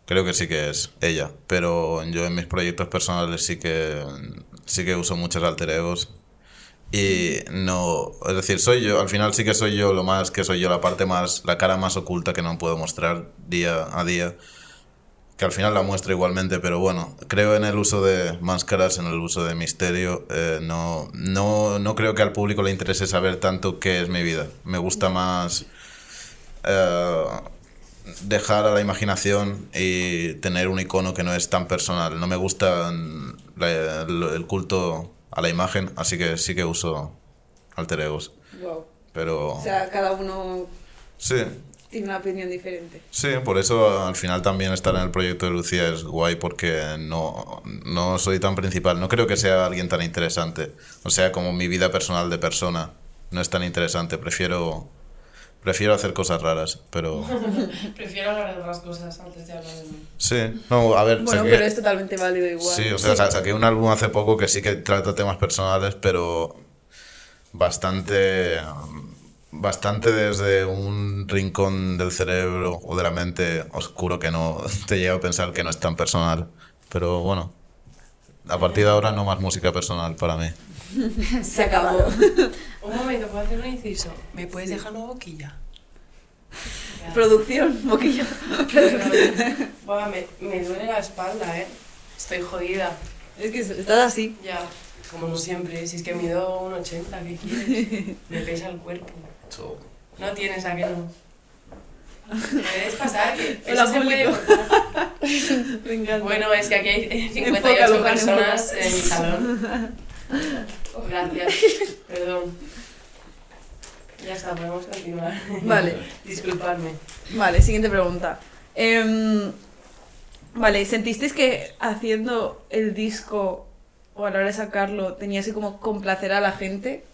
S4: creo que sí que es ella. Pero yo en mis proyectos personales sí que sí que uso muchos alter egos. Y no, es decir, soy yo, al final sí que soy yo lo más que soy yo, la parte más, la cara más oculta que no puedo mostrar día a día que al final la muestra igualmente, pero bueno, creo en el uso de máscaras, en el uso de misterio. eh, no, no, no creo que al público le interese saber tanto qué es mi vida. Me gusta más eh, dejar a la imaginación y tener un icono que no es tan personal. No me gusta mm, la- el, el culto a la imagen, así que sí que uso alter egos.
S3: Wow.
S4: Pero
S3: cada uno
S4: sí,
S3: tiene una opinión diferente.
S4: Sí, por eso al final también estar en el proyecto de Lucía es guay porque no, no soy tan principal. No creo que sea alguien tan interesante. O sea, como mi vida personal de persona no es tan interesante. Prefiero, prefiero hacer cosas raras, pero...
S5: *laughs* Prefiero hablar de otras cosas antes de hablar de mí.
S4: Sí, no, a ver...
S3: Bueno,
S4: saqué-
S3: pero es totalmente válido igual.
S4: Sí, o sea, sa- saqué un álbum hace poco que sí que trata temas personales, pero bastante bastante desde un rincón del cerebro o de la mente oscuro que no *laughs* te lleva a pensar que no es tan personal. Pero bueno, a partir de ahora no más música personal para mí.
S2: Se ha acabado.
S5: Un momento, ¿puedo hacer un inciso? ¿Me puedes dejar una *laughs* boquilla?
S3: Producción, boquilla.
S5: Buah, me, me duele la espalda, ¿eh? Estoy jodida.
S3: Es que estás así.
S5: Ya, como no siempre, si es que mido un 80,
S3: *laughs*
S5: ¿qué quieres? Me pesa el cuerpo. No tienes a que no. Me debes pasar, que eso
S3: Hola,
S5: se puede
S3: público.
S5: cortar.
S3: Me encanta.
S5: Bueno, es que
S3: *laughs*
S5: aquí hay 58
S3: Enfócalo, Juan,
S5: personas en mi salón.
S3: *laughs*
S5: Gracias, perdón. Ya está, podemos continuar.
S3: Vale.
S5: *laughs* Disculpadme.
S3: Vale, siguiente pregunta. Em, vale, ¿sentisteis que haciendo el disco o a la hora de sacarlo teníais que como complacer a la gente?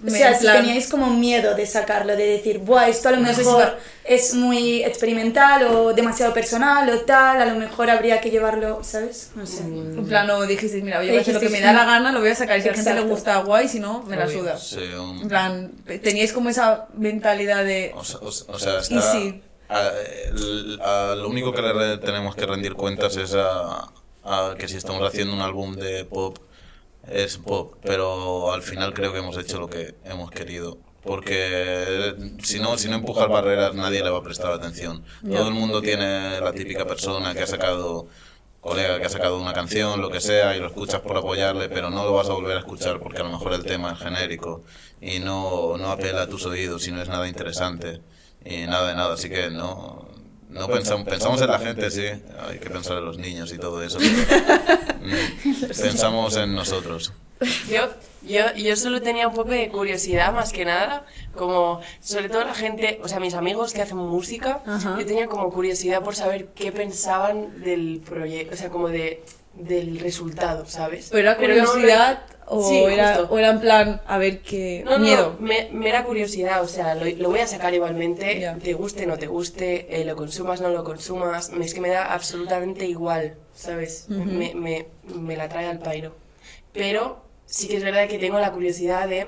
S2: O
S3: Me-
S2: sea,
S3: en
S2: si
S3: plan-
S2: teníais como miedo de sacarlo, de decir, buah, esto a lo
S3: No sé si
S2: mejor
S3: va-
S2: es muy experimental o demasiado personal o tal, a lo mejor habría que llevarlo, ¿sabes? No sé.
S3: En plan, o dijisteis, mira, yo voy a hacer lo que me
S2: Dijisteis,
S3: da
S2: sí.
S3: la gana, lo voy a sacar. Y si a la gente le
S2: Exacto.
S3: gusta, guay, si no, me la
S5: Obvio.
S3: suda.
S4: Sí, un-
S3: En plan, teníais como esa mentalidad de.
S4: O sea, o sea- o sea,
S3: Y
S4: está-
S3: sí.
S4: a- el- a lo único que le re- tenemos que rendir cuentas es a, a que si estamos haciendo un álbum de pop, es pop, pero al final creo que hemos hecho lo que hemos querido. Porque si no, si no empujas barreras, nadie le va a prestar atención. Todo el mundo tiene la típica persona que ha sacado colega que ha sacado una canción, lo que sea, y lo escuchas por apoyarle, pero no lo vas a volver a escuchar porque a lo mejor el tema es genérico y no, no apela a tus oídos y no es nada interesante y nada de nada, así que no... No pensamos, pensamos en la gente, sí, hay que pensar en los niños y todo *laughs* eso. pero, mm, pensamos en nosotros.
S5: Yo, yo, yo solo tenía un poco de curiosidad más que nada, como sobre todo la gente, o sea, mis amigos que hacen música, yo tenía como curiosidad por saber qué pensaban del proyecto, o sea, como de del resultado, ¿sabes?
S3: ¿Pero era
S5: Pero no me-
S3: curiosidad o,
S5: Sí,
S3: era,
S5: justo.
S3: o era en plan, a ver qué
S5: No, no,
S3: miedo?
S5: me, me da curiosidad, o sea, lo, lo voy a sacar igualmente,
S3: Ya.
S5: te guste, no te guste, eh, lo consumas, no lo consumas, me- es que me da absolutamente igual, ¿sabes? me, me, me la trae al pairo. Pero sí que es verdad que tengo la curiosidad de,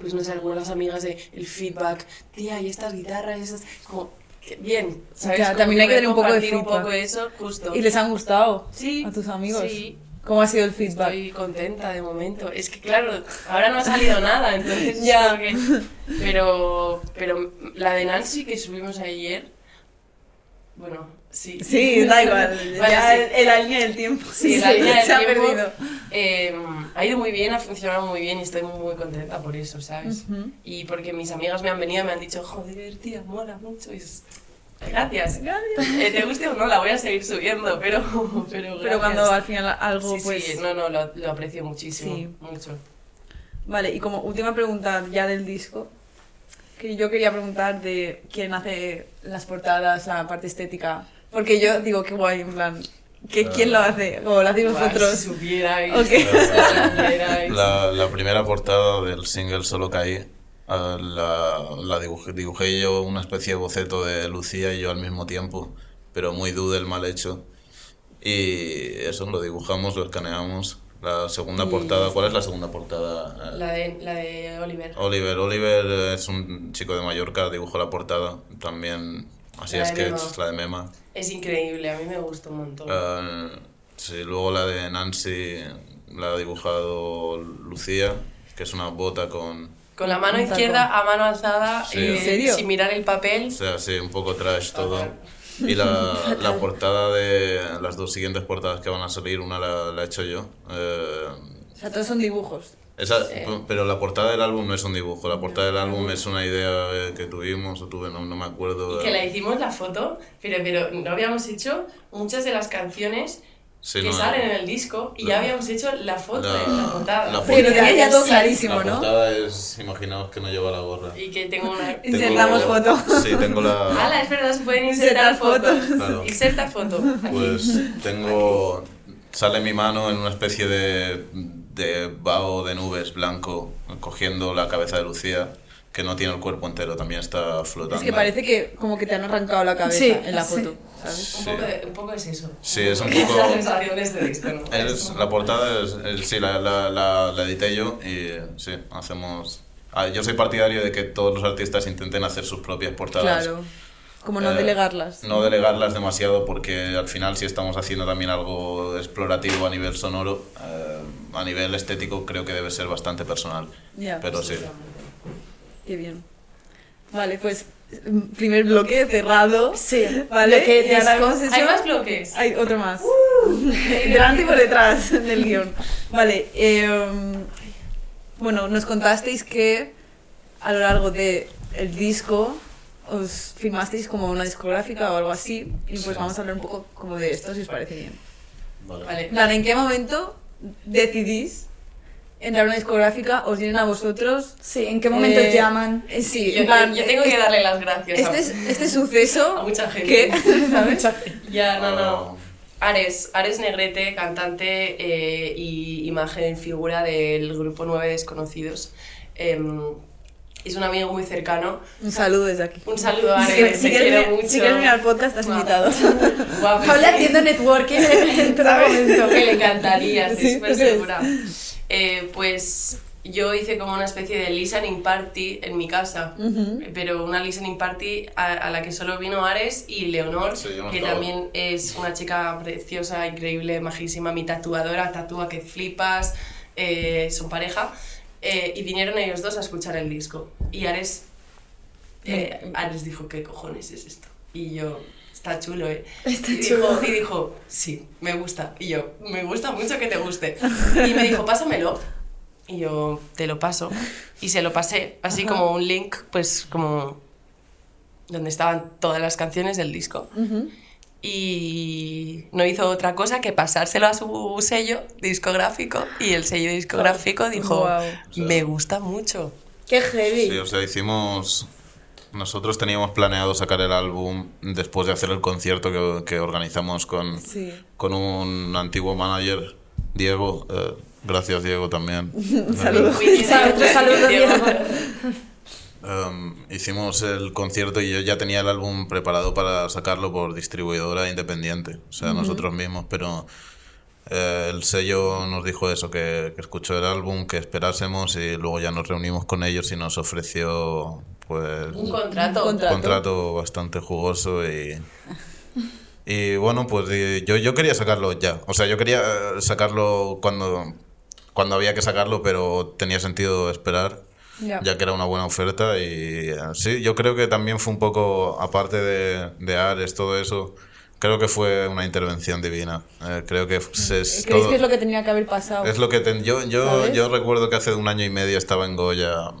S5: pues no sé, algunas amigas de el feedback, tía, y estas guitarras, y estas, como, que- bien, ¿sabes?
S3: Ya,
S5: Como
S3: también hay que
S5: voy a
S3: tener un poco de
S5: compartir un
S3: feedback.
S5: poco eso, justo.
S3: ¿Y les han gustado
S5: Sí,
S3: a tus amigos?
S5: sí.
S3: ¿Cómo ha sido el feedback?
S5: Estoy contenta de momento. Es que claro, ahora no
S3: *laughs*
S5: ha salido nada, entonces
S3: Ya.
S5: ya. pero, pero la de Nancy que subimos ayer, bueno, sí.
S3: Sí, da igual.
S5: *laughs* Vale,
S3: ya
S5: sí.
S3: el- la línea del tiempo.
S5: Sí, la línea del
S3: se ha
S5: tiempo,
S3: perdido.
S5: eh, ha ido muy bien, ha funcionado muy bien y estoy muy contenta por eso, ¿sabes? Y porque mis amigas me han venido y me han dicho, joder, tía, mola mucho. Y es, gracias. Eh, te guste o no, la voy a seguir subiendo, pero. *laughs* Pero,
S3: Pero
S5: gracias.
S3: cuando al final algo,
S5: Sí,
S3: pues.
S5: sí, no, no, lo, lo aprecio muchísimo.
S3: Sí.
S5: Mucho.
S3: Vale, y como última pregunta ya del disco, que yo quería preguntar de quién hace las portadas, la parte estética. Porque yo digo que guay, en plan,
S4: Ah.
S3: que quién lo hace, o lo hacéis
S5: Buah,
S3: vosotros.
S5: Si supierais.
S3: Ok.
S5: si supierais.
S4: *laughs* La, la primera portada del single Solo Caí, eh, la, la dibujé, dibujé yo una especie de boceto de Lucía y yo al mismo tiempo, pero muy duda el mal hecho. Y eso lo dibujamos, lo escaneamos. La segunda portada, ¿cuál es la segunda portada? Eh,
S5: La de, la de Oliver.
S4: Oliver, Oliver eh, es un chico de Mallorca, dibujó la portada también. Así
S5: La
S4: es
S5: de
S4: que
S5: Mema.
S4: es la de Mema.
S5: Es increíble, a mí me gustó un montón.
S4: Eh, sí, luego la de Nancy la ha dibujado Lucía, que es una bota con...
S5: Con la mano izquierda a mano alzada,
S4: Sí.
S5: eh,
S4: ¿En
S3: serio?
S5: sin mirar el
S4: O
S5: papel.
S4: sea, sí, un poco trash todo. Y la, la portada de las dos siguientes portadas que van a salir, una la, la he hecho yo. eh,
S3: O sea, todos son dibujos.
S4: esa, Pero la portada del álbum no es un dibujo, la portada del álbum es una idea eh, que tuvimos o tuve, no, no me acuerdo.
S5: Mm. Y que la hicimos la foto, pero, pero no habíamos hecho muchas de las canciones
S4: Sí,
S5: que
S4: no,
S5: salen en el disco y ya
S4: la-
S5: habíamos hecho la foto
S4: la-
S5: de la portada.
S4: la
S3: Pero
S4: foto-
S3: tenía ya todo
S4: La
S3: clarísimo, ¿no?
S4: portada es, imaginaos que no lleva la gorra.
S5: Y que tengo
S4: *laughs*
S5: una...
S4: Tengo-
S3: Insertamos foto.
S4: Sí,
S5: *laughs*
S4: tengo
S5: ¡Hala!
S4: la...
S5: Es verdad, se pueden insertar,
S3: Insertar fotos.
S5: fotos.
S4: Claro.
S5: Inserta foto. Aquí.
S4: Pues tengo... Sale mi mano en una especie de, de vaho de nubes blanco, cogiendo la cabeza de Lucía, que no tiene el cuerpo entero, también está flotando.
S3: Es que parece que como que te han arrancado la cabeza
S2: Sí,
S3: en la
S2: sí.
S3: foto, ¿sabes?
S5: Un,
S4: Sí,
S5: poco de- un poco es eso.
S4: Sí, es
S5: *laughs*
S4: un
S5: Es la
S4: poco...
S5: sensación de este disco, ¿no?
S4: Es- la portada es, el- sí, la, la, la- la edité yo y sí, hacemos... Ah, yo soy partidario de que todos los artistas intenten hacer sus propias portadas.
S3: Claro. Como no
S4: Eh,
S3: delegarlas.
S4: No delegarlas demasiado porque al final si estamos haciendo también algo explorativo a nivel sonoro, eh, a nivel estético creo que debe ser bastante personal.
S3: Ya.
S4: Pero sí.
S3: Qué bien. Vale, pues mm, primer bloque cerrado.
S2: Sí,
S3: Vale,
S2: lo que
S3: y ahora
S2: disco-
S3: hemos hecho-
S5: Hay más bloques.
S3: Hay otro más. *laughs* Delante y por detrás del guión. Vale, eh, bueno, nos contasteis que a lo largo de el disco os firmasteis como una discográfica o algo así y pues vamos a hablar un poco como de esto si os parece bien.
S5: Vale.
S3: En plan, ¿en qué momento decidís entrar a una discográfica? ¿Os vienen a vosotros?
S2: Sí, ¿en qué momento
S3: Eh,
S2: llaman?
S3: Eh, Sí,
S5: Yo,
S3: en plan,
S5: yo- yo tengo que darle las gracias. a-
S3: este, es- este suceso
S5: *laughs* A mucha gente.
S3: que
S5: Ya, no, no.
S4: Ah,
S5: Ares, Ares Negrete, cantante eh, y imagen, figura del grupo 9 Desconocidos. em, es un amigo muy cercano.
S3: un saludo desde aquí.
S5: Un saludo a
S3: Si
S5: Ares,
S3: quieres- si
S5: te
S3: quieres
S5: quiero
S3: venir-
S5: mucho.
S3: si quieres venir al podcast, estás
S5: Guau. *laughs*
S3: invitado.
S5: Guau, pues
S2: Paula
S5: sí.
S2: haciendo networking
S3: *laughs*
S2: en todo momento.
S5: que le encantaría, estoy
S3: Sí,
S5: súper
S3: ¿tú crees?
S5: segura. Eh, pues yo hice como una especie de listening party en mi casa, pero una listening party a, a la que solo vino Ares y Leonor,
S4: Sí, yo no
S5: que
S4: estaba.
S5: también es una chica preciosa, increíble, majísima, mi tatuadora, tatúa que flipas, eh, son pareja, eh, y vinieron ellos dos a escuchar el disco. Y Ares, eh, Ares dijo, ¿qué cojones es esto? Y yo... está chulo, ¿eh?
S2: Está
S5: y
S2: chulo.
S5: Dijo, y dijo, sí, me gusta. Y yo, me gusta mucho que te guste. Y me dijo, pásamelo. Y yo, te lo paso. Y se lo pasé, así como un link, pues como donde estaban todas las canciones del disco. Y no hizo otra cosa que pasárselo a su sello discográfico. Y el sello discográfico dijo,
S3: Guau.
S5: me gusta mucho.
S2: Qué heavy.
S4: Sí, o sea, hicimos. Nosotros teníamos planeado sacar el álbum después de hacer el concierto que, que organizamos con,
S3: Sí.
S4: con un antiguo manager, Diego. eh, gracias,
S5: *laughs*
S4: Diego, también.
S3: saludo.
S2: Sa- *laughs* Otro saludo, Diego.
S4: Em, hicimos el concierto y yo ya tenía el álbum preparado para sacarlo por distribuidora independiente, o sea, nosotros mismos, pero eh, el sello nos dijo eso, que, que escuchó el álbum, que esperásemos y luego ya nos reunimos con ellos y nos ofreció pues
S5: Un
S4: un
S5: contrato.
S3: Un contrato.
S4: contrato bastante jugoso y... Y bueno, pues eh, yo, yo quería sacarlo ya. O sea, yo quería eh, sacarlo cuando, cuando había que sacarlo, pero tenía sentido esperar
S3: Ya.
S4: ya que era una buena oferta y eh, sí, yo creo que también fue un poco, aparte de, de Ares, todo eso, creo que fue una intervención divina. Eh, creo que se- es,
S3: ¿Creéis
S4: todo-
S3: que Mm, es lo que tenía que haber pasado?
S4: es lo que ten- yo, yo,
S3: ¿Sabes?
S4: yo recuerdo que hace un año y medio estaba en Goya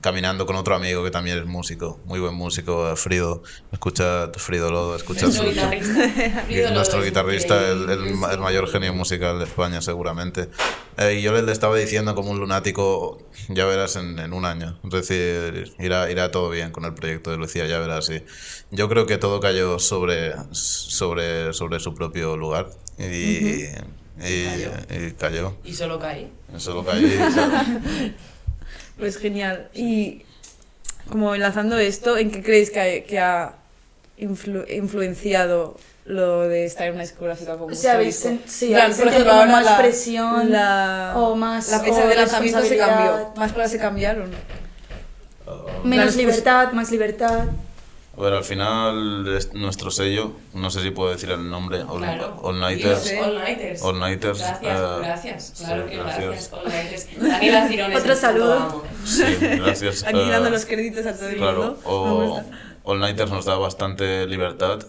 S4: caminando con otro amigo que también es músico, muy buen músico, eh, Frido, escucha Frido Lodo, escucha
S5: Nuestro
S4: su-
S2: *laughs*
S5: guitarrista. Frido Lodo
S4: nuestro
S5: es
S4: guitarrista, el,
S5: increíble.
S4: el ma- el mayor genio musical de España seguramente. Eh, y yo le, le estaba diciendo como un lunático, ya verás en, en un año. Es decir, irá, irá todo bien con el proyecto de Lucía, ya verás. Y yo creo que todo cayó sobre, sobre, sobre su propio lugar. Y, y- y cayó.
S5: Y solo caí.
S4: Eso lo cayó. y-
S3: Pues genial. Y como enlazando esto, ¿en qué creéis que ha, que ha influ- influenciado lo de estar en una discográfica como
S2: O sea, habéis
S3: solista?
S2: sen- sí,
S3: En plan,
S2: habéis sentido como más presión, o más-
S3: la fecha
S2: o
S3: de lanzamiento se cambió.
S2: responsabilidad.
S3: Más cosas se cambiaron.
S2: Menos
S3: Claro,
S2: libertad, más libertad.
S4: A ver, al final es nuestro sello, no sé si puedo decir el nombre, All,
S5: Claro.
S4: All
S5: Y
S4: Nighters.
S5: los All Nighters.
S4: All Nighters,
S5: Gracias,
S4: eh,
S5: gracias.
S4: sí,
S5: Claro que
S4: gracias.
S5: gracias. All Nighters.
S2: *laughs*
S5: Daniela Cirones.
S2: Otro
S5: el puto
S2: saludo.
S5: amo.
S4: Sí, gracias.
S3: *laughs* Aquí dando
S4: eh,
S3: los créditos a todo el
S4: Claro,
S3: mundo. Me
S4: o
S3: gusta.
S4: All Nighters nos da bastante libertad.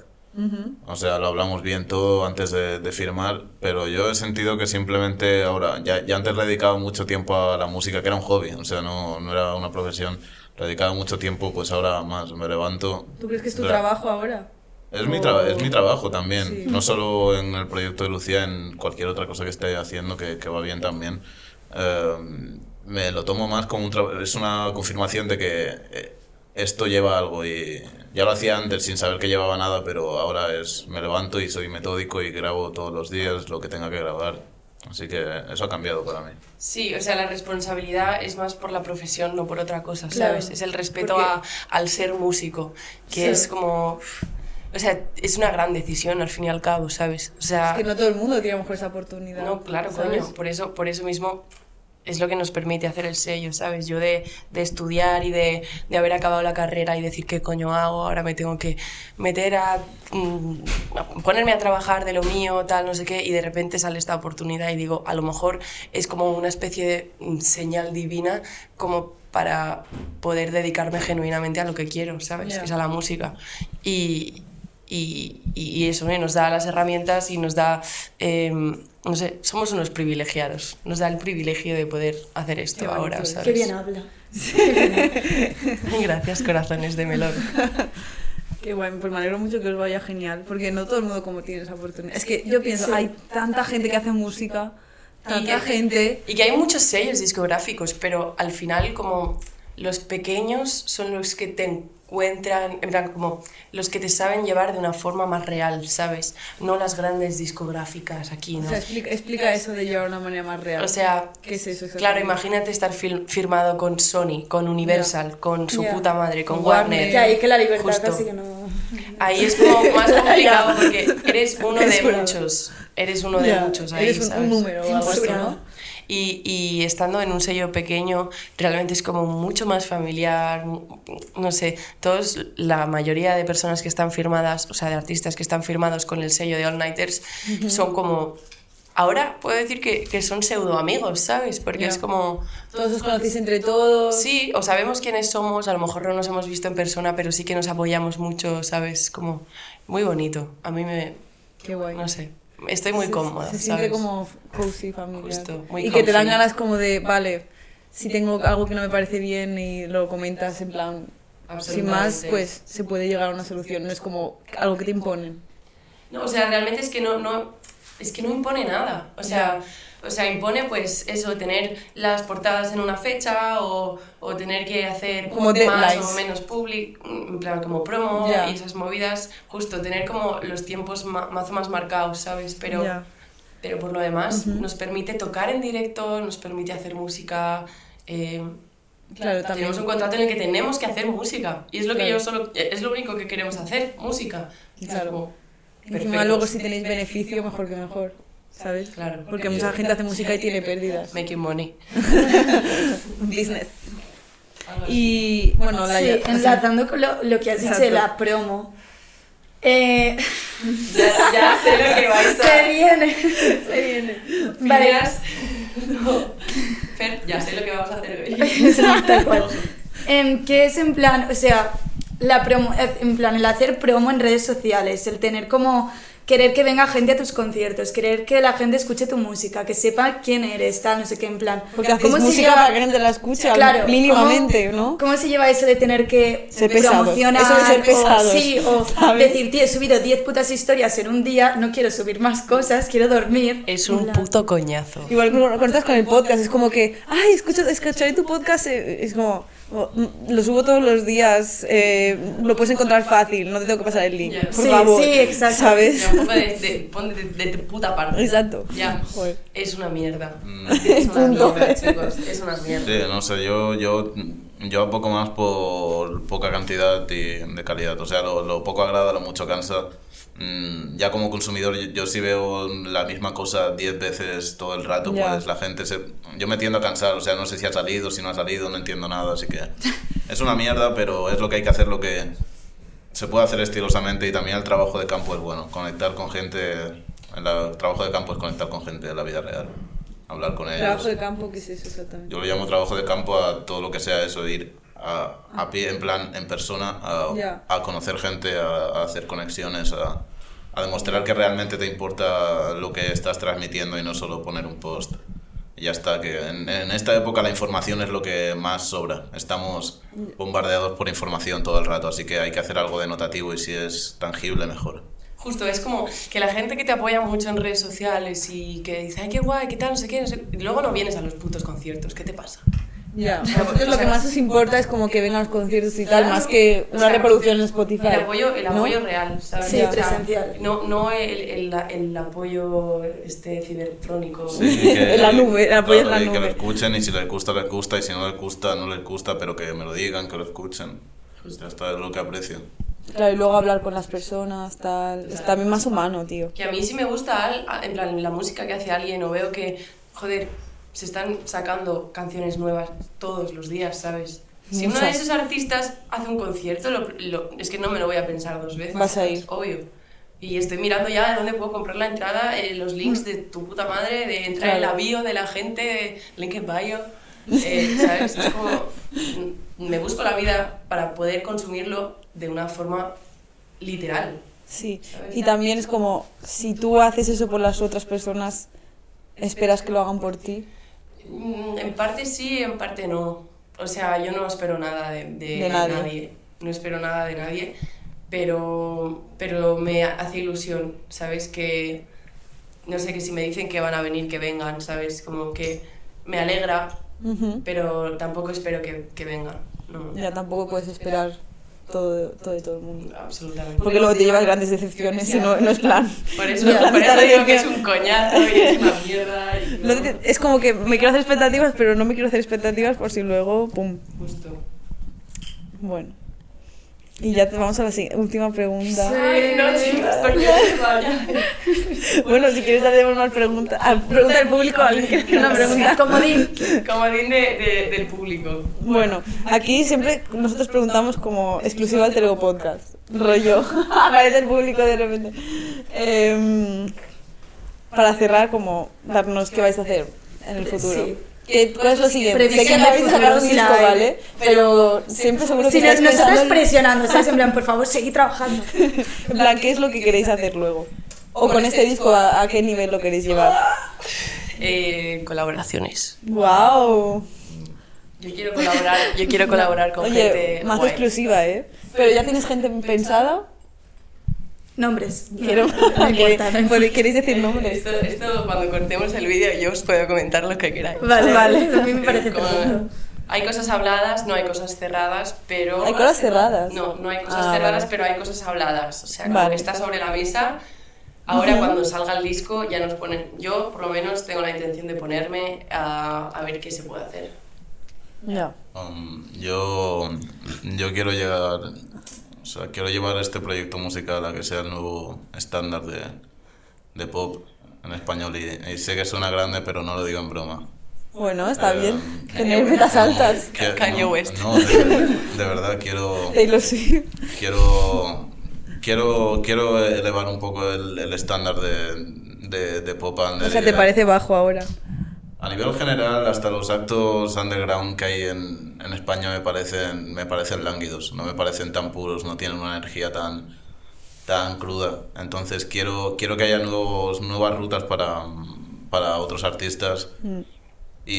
S4: O sea, lo hablamos bien todo antes de, de firmar, pero yo he sentido que simplemente ahora, ya, ya antes le dedicaba mucho tiempo a la música, que era un hobby, o sea, no, no era una profesión, le dedicaba mucho tiempo, pues ahora más me levanto.
S3: ¿Tú crees que es tu
S4: Ra-
S3: trabajo ahora?
S4: Es mi, traba- es mi trabajo también, no solo en el proyecto de Lucía, en cualquier otra cosa que esté haciendo que, que va bien también. Eh, me lo tomo más como un trabajo, es una confirmación de que eh, esto lleva algo y ya lo hacía antes sin saber que llevaba nada, pero ahora es me levanto y soy metódico y grabo todos los días lo que tenga que grabar. Así que eso ha cambiado para mí.
S5: Sí, o sea, la responsabilidad es más por la profesión, no por otra cosa,
S2: Claro,
S5: ¿sabes? Es el respeto
S2: porque-
S5: a- al ser músico, que
S2: Sí.
S5: es como... O sea, es una gran decisión al fin y al cabo, ¿sabes? O sea,
S3: Es que no todo el mundo tiene a lo mejor esa oportunidad.
S5: No, claro,
S3: ¿sabes?
S5: coño. Por eso, por eso mismo es lo que nos permite hacer el sello, ¿sabes? Yo de, de estudiar y de, de haber acabado la carrera y decir qué coño hago, ahora me tengo que meter a, mm, a ponerme a trabajar de lo mío, tal, no sé qué, y de repente sale esta oportunidad y digo, a lo mejor es como una especie de mm, señal divina como para poder dedicarme genuinamente a lo que quiero, ¿sabes?
S3: Ya.
S5: Que es a la música. Y, y, y- y eso ¿eh? nos da las herramientas y nos da, eh, no sé, somos unos privilegiados, nos da el privilegio de poder hacer esto
S3: Qué bonito
S5: ahora,
S3: es.
S5: ¿sabes?
S2: Qué bien habla.
S5: *laughs* Gracias, corazones de melón.
S3: Qué guay, pues me alegro mucho que os vaya genial, porque no todo el mundo como tiene esa oportunidad. Es que yo pienso, hay tanta gente que hace música, tanta
S5: que-
S3: gente...
S5: Y que hay muchos sellos discográficos, pero al final como los pequeños son los que te encuentran, en plan como los que te saben llevar de una forma más real, ¿sabes? No las grandes discográficas aquí,
S3: O
S5: ¿no?
S3: sea, explica, explica eso de llevar una manera más real.
S5: O sea,
S3: ¿qué es eso?
S5: Claro,
S3: exactamente?
S5: imagínate estar fil- firmado con Sony, con Universal, con su
S2: Ya.
S5: puta madre, con
S3: Con
S5: Warner.
S3: Warner.
S2: Que ahí que la libertad
S5: Justo.
S2: así que no.
S5: Ahí es como más complicado porque eres uno de
S3: Censurado.
S5: muchos. Eres uno de
S3: Ya,
S5: muchos ahí,
S3: eres un- un
S5: ¿sabes?
S3: número o algo así,
S5: Justo.
S3: ¿no?
S5: Y, y estando en un sello pequeño, realmente es como mucho más familiar. mm, No sé, todos, la mayoría de personas que están firmadas, o sea, de artistas que están firmados con el sello de All Nighters, son como ahora puedo decir que, que son pseudo amigos, ¿sabes? Porque
S7: Ya.
S5: es como,
S3: Todos os conocéis entre todos.
S5: sí, o sabemos quiénes somos, a lo mejor no nos hemos visto en persona, pero sí que nos apoyamos mucho, ¿sabes? Como, muy bonito. A mí me,
S3: Qué guay.
S5: no sé, estoy muy cómoda,
S3: Se siente
S5: ¿sabes?
S3: como cozy familiar.
S5: Justo, muy
S3: y que te dan
S5: cozy.
S3: ganas como de, vale, si tengo algo que no me parece bien y lo comentas en plan, sin más,
S5: Absolutamente.
S3: pues se puede llegar a una solución. No es como algo que te imponen.
S5: No, o sea, realmente es que no, no, es que no impone nada. O sea, o sea, impone pues eso, tener las portadas en una fecha o, o tener que hacer
S3: Como
S5: más
S3: deadlines.
S5: o menos public, en plan como promo
S3: Ya.
S5: y esas movidas, justo tener como los tiempos ma- más, más marcados, ¿sabes? Pero,
S3: Ya.
S5: pero por lo demás nos permite tocar en directo, nos permite hacer música. eh,
S3: Claro, también.
S5: tenemos un contrato en el que tenemos que hacer música y es lo que
S3: Claro.
S5: yo solo es lo único que queremos hacer música Y es
S3: Claro.
S5: como,
S3: Encima
S5: perfecto.
S3: luego si tenéis beneficio, mejor que mejor. ¿Sabes?
S5: Claro.
S3: Porque mucha gente hace música y tiene pérdidas.
S5: Making money.
S3: Business. Y bueno, la
S2: Sí,
S3: o sea,
S2: enlazando con lo, lo que has dicho de
S3: Exacto.
S2: la promo. Eh, *laughs*
S5: Ya, ya sé lo que
S3: *laughs*
S5: vais
S2: se
S5: a
S2: viene, se viene. Vale,
S5: Filias. No. Fer, ya sé lo que vamos a hacer hoy.
S2: *laughs* tal cual. Em, que es en plan, o sea, la promo, eh, en plan, el hacer promo en redes sociales, el tener como querer que venga gente a tus conciertos, querer que la gente escuche tu música, que sepa quién eres, tal, no sé qué, en plan.
S3: Porque hacéis
S2: ¿cómo se
S3: música
S2: lleva-
S3: para que la gente la escuche, al-
S2: Claro,
S3: mínimamente,
S2: ¿cómo-
S3: ¿no?
S2: ¿Cómo se lleva eso de tener que
S3: Ser pesados,
S2: promocionar?
S3: eso de ser pesados,
S2: o, sí, o
S3: *laughs* ¿sabes?
S2: decir, tío, he subido 10 putas historias en un día, no quiero subir más cosas, quiero dormir.
S5: Es un
S2: Hola.
S5: puto coñazo.
S3: Igual que lo conectas con el podcast, es como que, ay, escucha, escucharé tu podcast, eh, es como, oh, mm, lo subo todos los días, eh, lo puedes encontrar fácil, no te tengo que pasar el link,
S5: Ya.
S3: por
S2: Sí,
S3: favor.
S2: sí, exacto.
S3: ¿Sabes?
S5: Ya, un poco de, de, ponte de, de tu puta parte.
S3: Exacto.
S5: Ya.
S3: Joder.
S5: Es una mierda.
S4: Mm,
S5: Es una
S3: Punto.
S5: mierda, chicos. Es una mierda.
S4: Sí, no sé, yo, yo, yo poco más por poca cantidad y de calidad. O sea, lo, lo poco agrada, lo mucho cansa. Mm, Ya como consumidor, yo, yo si veo la misma cosa 10 veces todo el rato,
S3: Ya.
S4: pues la gente se... Yo me tiendo a cansar, o sea, no sé si ha salido, si no ha salido, no entiendo
S3: *laughs*
S4: nada, así que... Es una mierda, pero es lo que hay que hacer, lo que se puede hacer estilosamente y también el trabajo de campo es bueno. Conectar con gente... El el trabajo de campo es conectar con gente de la vida real. Hablar con ellos.
S3: Trabajo de campo, ¿qué es eso exactamente?
S4: Yo lo llamo trabajo de campo a todo lo que sea eso, ir a, a pie, en plan, en persona, a,
S3: Ya.
S4: a conocer gente, a, a hacer conexiones, a, a demostrar que realmente te importa lo que estás transmitiendo y no solo poner un post. Y ya está, que en, en esta época la información es lo que más sobra. Estamos bombardeados por información todo el rato, así que hay que hacer algo de notativo y si es tangible, mejor.
S5: Justo, es como que la gente que te apoya mucho en redes sociales y que dice, ay, qué guay, qué tal, no sé qué, no sé qué", y luego no vienes a los putos conciertos, ¿qué te pasa?
S3: Ya, a vosotros lo que más os importa es como que vengan los conciertos y tal,
S5: Claro.
S3: más que
S5: O
S3: una
S5: sea,
S3: reproducción en Spotify.
S5: El apoyo, el
S3: ¿no?
S5: apoyo real, ¿sabes?
S2: Sí, presencial.
S5: No, no el, el, el apoyo este, cibertrónico.
S4: Sí, que-
S3: La nube, el apoyo *laughs* en la
S4: y Que
S3: nube.
S4: lo escuchen y si les gusta, les gusta y si no les gusta, no les gusta, pero que me lo digan, que lo escuchen. Pues ya está, es lo que aprecio.
S3: Claro, y luego hablar con las personas, tal, es también más humano, tío.
S5: Que a mí sí me gusta, al- a- en plan, la música que hace alguien o veo que, joder, se están sacando canciones nuevas todos los días, ¿sabes? Si uno de
S3: Muchas.
S5: esos artistas hace un concierto, lo- lo- es que no me lo voy a pensar dos veces.
S3: Vas a
S5: ¿sabes?
S3: ir.
S5: Obvio. Y estoy mirando ya de dónde puedo comprar la entrada, eh, los links de tu puta madre, de entrar en la
S3: Claro.
S5: bio de la gente, link en bio. eh, ¿Sabes? Es como. mm, Me busco la vida para poder consumirlo de una forma literal.
S3: Sí, y también es como, si tú haces eso por las otras personas, esperas que lo hagan por ti.
S5: Mm, En parte sí, en parte no. O sea, yo no espero nada de, de-
S3: De
S5: de
S3: nadie.
S5: nadie. No espero nada de nadie. Pero, pero me hace ilusión, ¿sabes? Que, no sé, que si me dicen que van a venir, que vengan, ¿sabes? Como que me alegra,
S3: Ujú.
S5: pero tampoco espero que, que vengan. No,
S3: Ya tampoco puedes esperar todo, todo de todo el mundo.
S5: absolutamente.
S3: Porque luego te llevas grandes decepciones y no, no es plan.
S5: Por
S3: *laughs*
S5: eso,
S3: no es plan
S5: por
S3: estar
S5: eso digo que es
S3: decepcionado.
S5: un coñazo y es una mierda. y
S3: No
S5: no-
S3: te- es como que me quiero hacer expectativas, pero no me quiero hacer expectativas por si luego, pum,
S5: Justo.
S3: bueno. Y ya te vamos a la si- última pregunta.
S5: Ay, no, chicos, ¿por qué
S3: *laughs*
S5: os vaya?
S3: Bueno, si quieres hacemos más preguntas. Ah, Pregunta del público, alguien que *laughs* haga una pregunta.
S2: Comodín.
S5: *laughs* Como din de- de- del público.
S3: Bueno, aquí siempre nosotros preguntamos como exclusivo al Telego *laughs* Podcast. Rollo. Aparece el público de repente. Em, para cerrar, como darnos qué vais a hacer en el futuro.
S2: Sí.
S3: ¿Qué- ¿Cuál es lo siguiente? Sé que
S2: Previsión
S3: no
S2: de
S3: vais a sacar un
S2: futuro,
S3: disco,
S2: sí la hay.
S3: ¿vale? Pero siempre seguro que
S2: Si
S3: estáis
S2: nos, nosotros
S3: pensando en-
S2: presionando, ¿sabes? En plan, por favor, seguí trabajando.
S3: En plan, ¿qué es lo que queréis hacer luego? O con este disco, ¿a, a qué nivel lo queréis *laughs* llevar?
S5: Eh, colaboraciones.
S3: ¡Wow!
S5: Yo quiero colaborar,
S3: *laughs*
S5: yo quiero colaborar con
S3: Oye,
S5: gente
S3: más
S5: guay.
S3: exclusiva, ¿eh? Pero ya tienes gente pensada.
S2: Nombres.
S3: *laughs*
S2: No, *laughs*
S3: Quiero,
S2: no importa, no importa.
S3: porque ¿Queréis decir nombres?
S5: Esto, esto, cuando cortemos el vídeo yo os puedo comentar lo que queráis.
S2: Vale, vale. A mí me parece
S5: Como-
S2: perfecto.
S5: Hay cosas habladas, no hay cosas cerradas, pero...
S3: ¿Hay cosas cerradas?
S5: No, no hay cosas
S3: Ah,
S5: cerradas,
S3: vale.
S5: pero hay cosas habladas. O sea, como
S3: Vale.
S5: que está sobre la mesa. Ahora cuando salga el disco ya nos ponen... Yo por lo menos tengo la intención de ponerme a, a ver qué se puede hacer.
S3: Ya.
S4: Um, yo, yo quiero llegar, o sea, quiero llevar este proyecto musical a que sea el nuevo estándar de, de pop en español y, y sé que suena grande, pero no lo digo en broma.
S3: Bueno, está
S4: Eh,
S3: bien. Tener metas altas.
S4: Que-
S5: Kanye
S4: no,
S5: West.
S4: No, de, de verdad
S3: *laughs*
S4: quiero,
S3: Taylor Swift.
S4: quiero, quiero, quiero elevar un poco el, el estándar de, de, de pop.
S3: O sea, ¿te parece bajo ahora?
S4: A nivel general, hasta los actos underground que hay en, en España me parecen, me parecen lánguidos, no me parecen tan puros, no tienen una energía tan, tan cruda. Entonces quiero, quiero que haya nuevos, nuevas rutas para, para otros artistas y,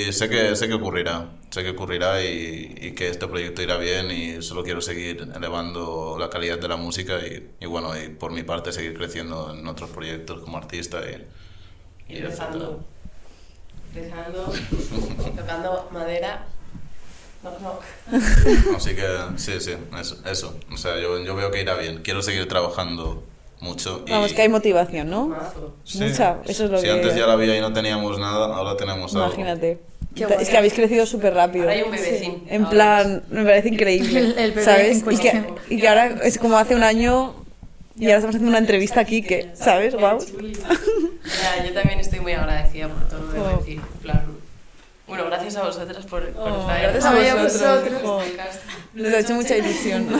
S4: y sé, que, sé que ocurrirá, sé que ocurrirá y, y que este proyecto irá bien y solo quiero seguir elevando la calidad de la música y, y bueno, y por mi parte seguir creciendo en otros proyectos como artista. y-
S5: Y rezando. Rezando, *laughs* tocando madera. No, no.
S4: Así que sí, sí, eso. eso. O sea, yo, yo veo que irá bien. Quiero seguir trabajando mucho. Y,
S3: Vamos, que hay motivación, ¿no?
S5: Mazo.
S4: Sí.
S3: mucha, eso es lo
S4: si
S3: que-
S4: antes ya la había y no teníamos nada, ahora tenemos algo.
S3: Imagínate.
S2: Qué
S3: Es
S2: guay.
S3: que habéis crecido súper rápido.
S5: Ahora hay un bebecín.
S3: En plan, me parece increíble.
S2: El- *laughs* el bebé en
S3: ¿Sabes? Y que,
S2: cuestión.
S3: y que ahora es como hace un año y ahora estamos haciendo una entrevista aquí que, ¿sabes? Wow.
S5: Ya, yo también estoy muy agradecida por todo, debo
S3: Oh.
S5: decir. En plan, bueno, gracias a vosotras por, por
S3: Oh,
S5: traer
S3: gracias
S2: a
S5: Ay,
S2: vosotros.
S5: vosotros, podcast.
S3: Nos ha hecho mucha ilusión.
S5: No,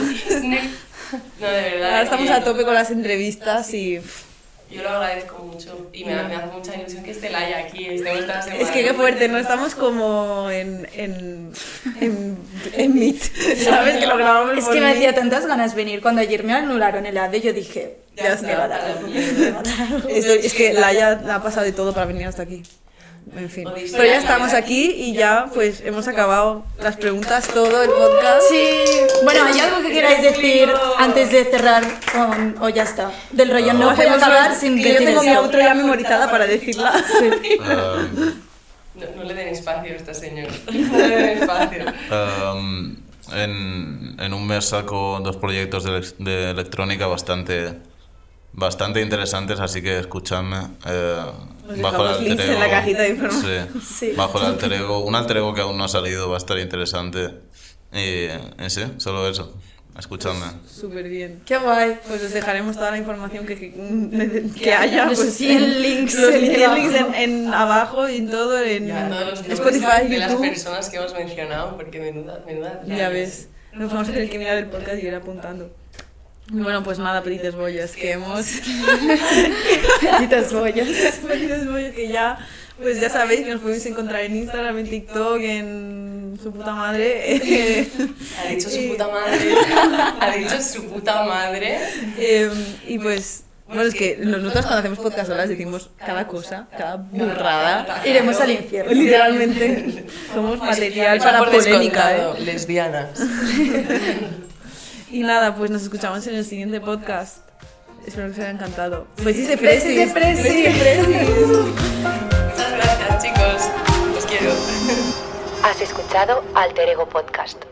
S5: de verdad.
S3: Ahora estamos
S5: que
S3: a tope con las entrevistas y pff,
S5: Yo lo agradezco mucho y me, me hace mucha ilusión que esté Laia aquí. Estemos toda la semana.
S3: es que qué fuerte, no estamos como en en en, en
S2: *laughs*
S3: Meet, ¿sabes? Que lo grabamos
S2: Es
S3: por
S2: que me
S3: Meet.
S2: hacía tantas ganas venir. Cuando ayer me anularon el AVE, yo dije,
S5: Ya
S2: Dios,
S5: está,
S2: me va a
S5: a
S2: dar
S5: la
S2: algo,
S5: mierda.
S2: me va a dar algo.
S3: Esto- es que la ya la ha pasado de todo para venir hasta aquí. En fin.
S5: Odisea.
S3: Pero ya estamos aquí y ya pues hemos acabado las preguntas, todo el podcast.
S2: Sí. Bueno, ¿hay algo que queráis decir antes de cerrar con, o ya está? Del rollo, no,
S3: Hacemos
S2: puedo acabar
S3: los-
S2: sin
S3: que yo
S2: decir
S3: tengo mi
S2: esto.
S3: outro ya memorizada para decirla.
S2: *laughs*
S4: Eh,
S5: No, no le den espacio a esta señora. *laughs* No le den espacio.
S4: Um, en, en un mes saco dos proyectos de, elec- de electrónica bastante, bastante interesantes, así que escuchadme. eh, bajo el
S3: dejamos
S4: alter
S3: links en la
S4: ego.
S3: cajita de información.
S4: Sí,
S2: Sí.
S4: Bajo el alter ego. Un alter ego que aún no ha salido, va a estar interesante. Y, y sí, solo eso. Escuchadme.
S3: Súper bien.
S2: Qué guay.
S3: Pues os dejaremos toda la información que, que, que haya.
S2: Los
S3: pues,
S2: 100
S3: en- *laughs*
S2: links
S3: los
S2: en
S3: 100
S2: abajo.
S3: links
S2: *laughs*
S3: en, en abajo y en todo en
S5: Ya, todos los nombres
S3: Spotify,
S5: de las
S3: YouTube.
S5: personas que hemos mencionado, porque menuda, menuda.
S3: Ya
S5: raya.
S3: ves, nos vamos a tener que mirar el podcast y ir apuntando. Bueno, pues nada, petites bollas, que *laughs* hemos... *laughs*
S2: Petitas bollas.
S3: Petites bollas, que ya, pues ya sabéis que nos podéis encontrar en Instagram, en TikTok, en su puta *laughs* madre. Eh,
S5: Ha dicho
S3: Sí.
S5: su puta madre. Ha dicho su puta madre.
S3: Em, y pues, bueno, es que nosotros cuando hacemos podcast solas decimos cada cosa, cada burrada.
S2: Iremos al infierno.
S3: *laughs* Literalmente, somos material
S5: Eso
S3: para
S5: por
S3: polémica.
S5: descontado,
S3: ¿eh?
S5: Lesbianas.
S3: Y nada, pues nos escuchamos en el siguiente podcast. Espero que os haya encantado. Pues sí, se
S2: Presi de presi.
S5: Muchas gracias, chicos. Os quiero.
S1: Has escuchado Alter Ego Podcast.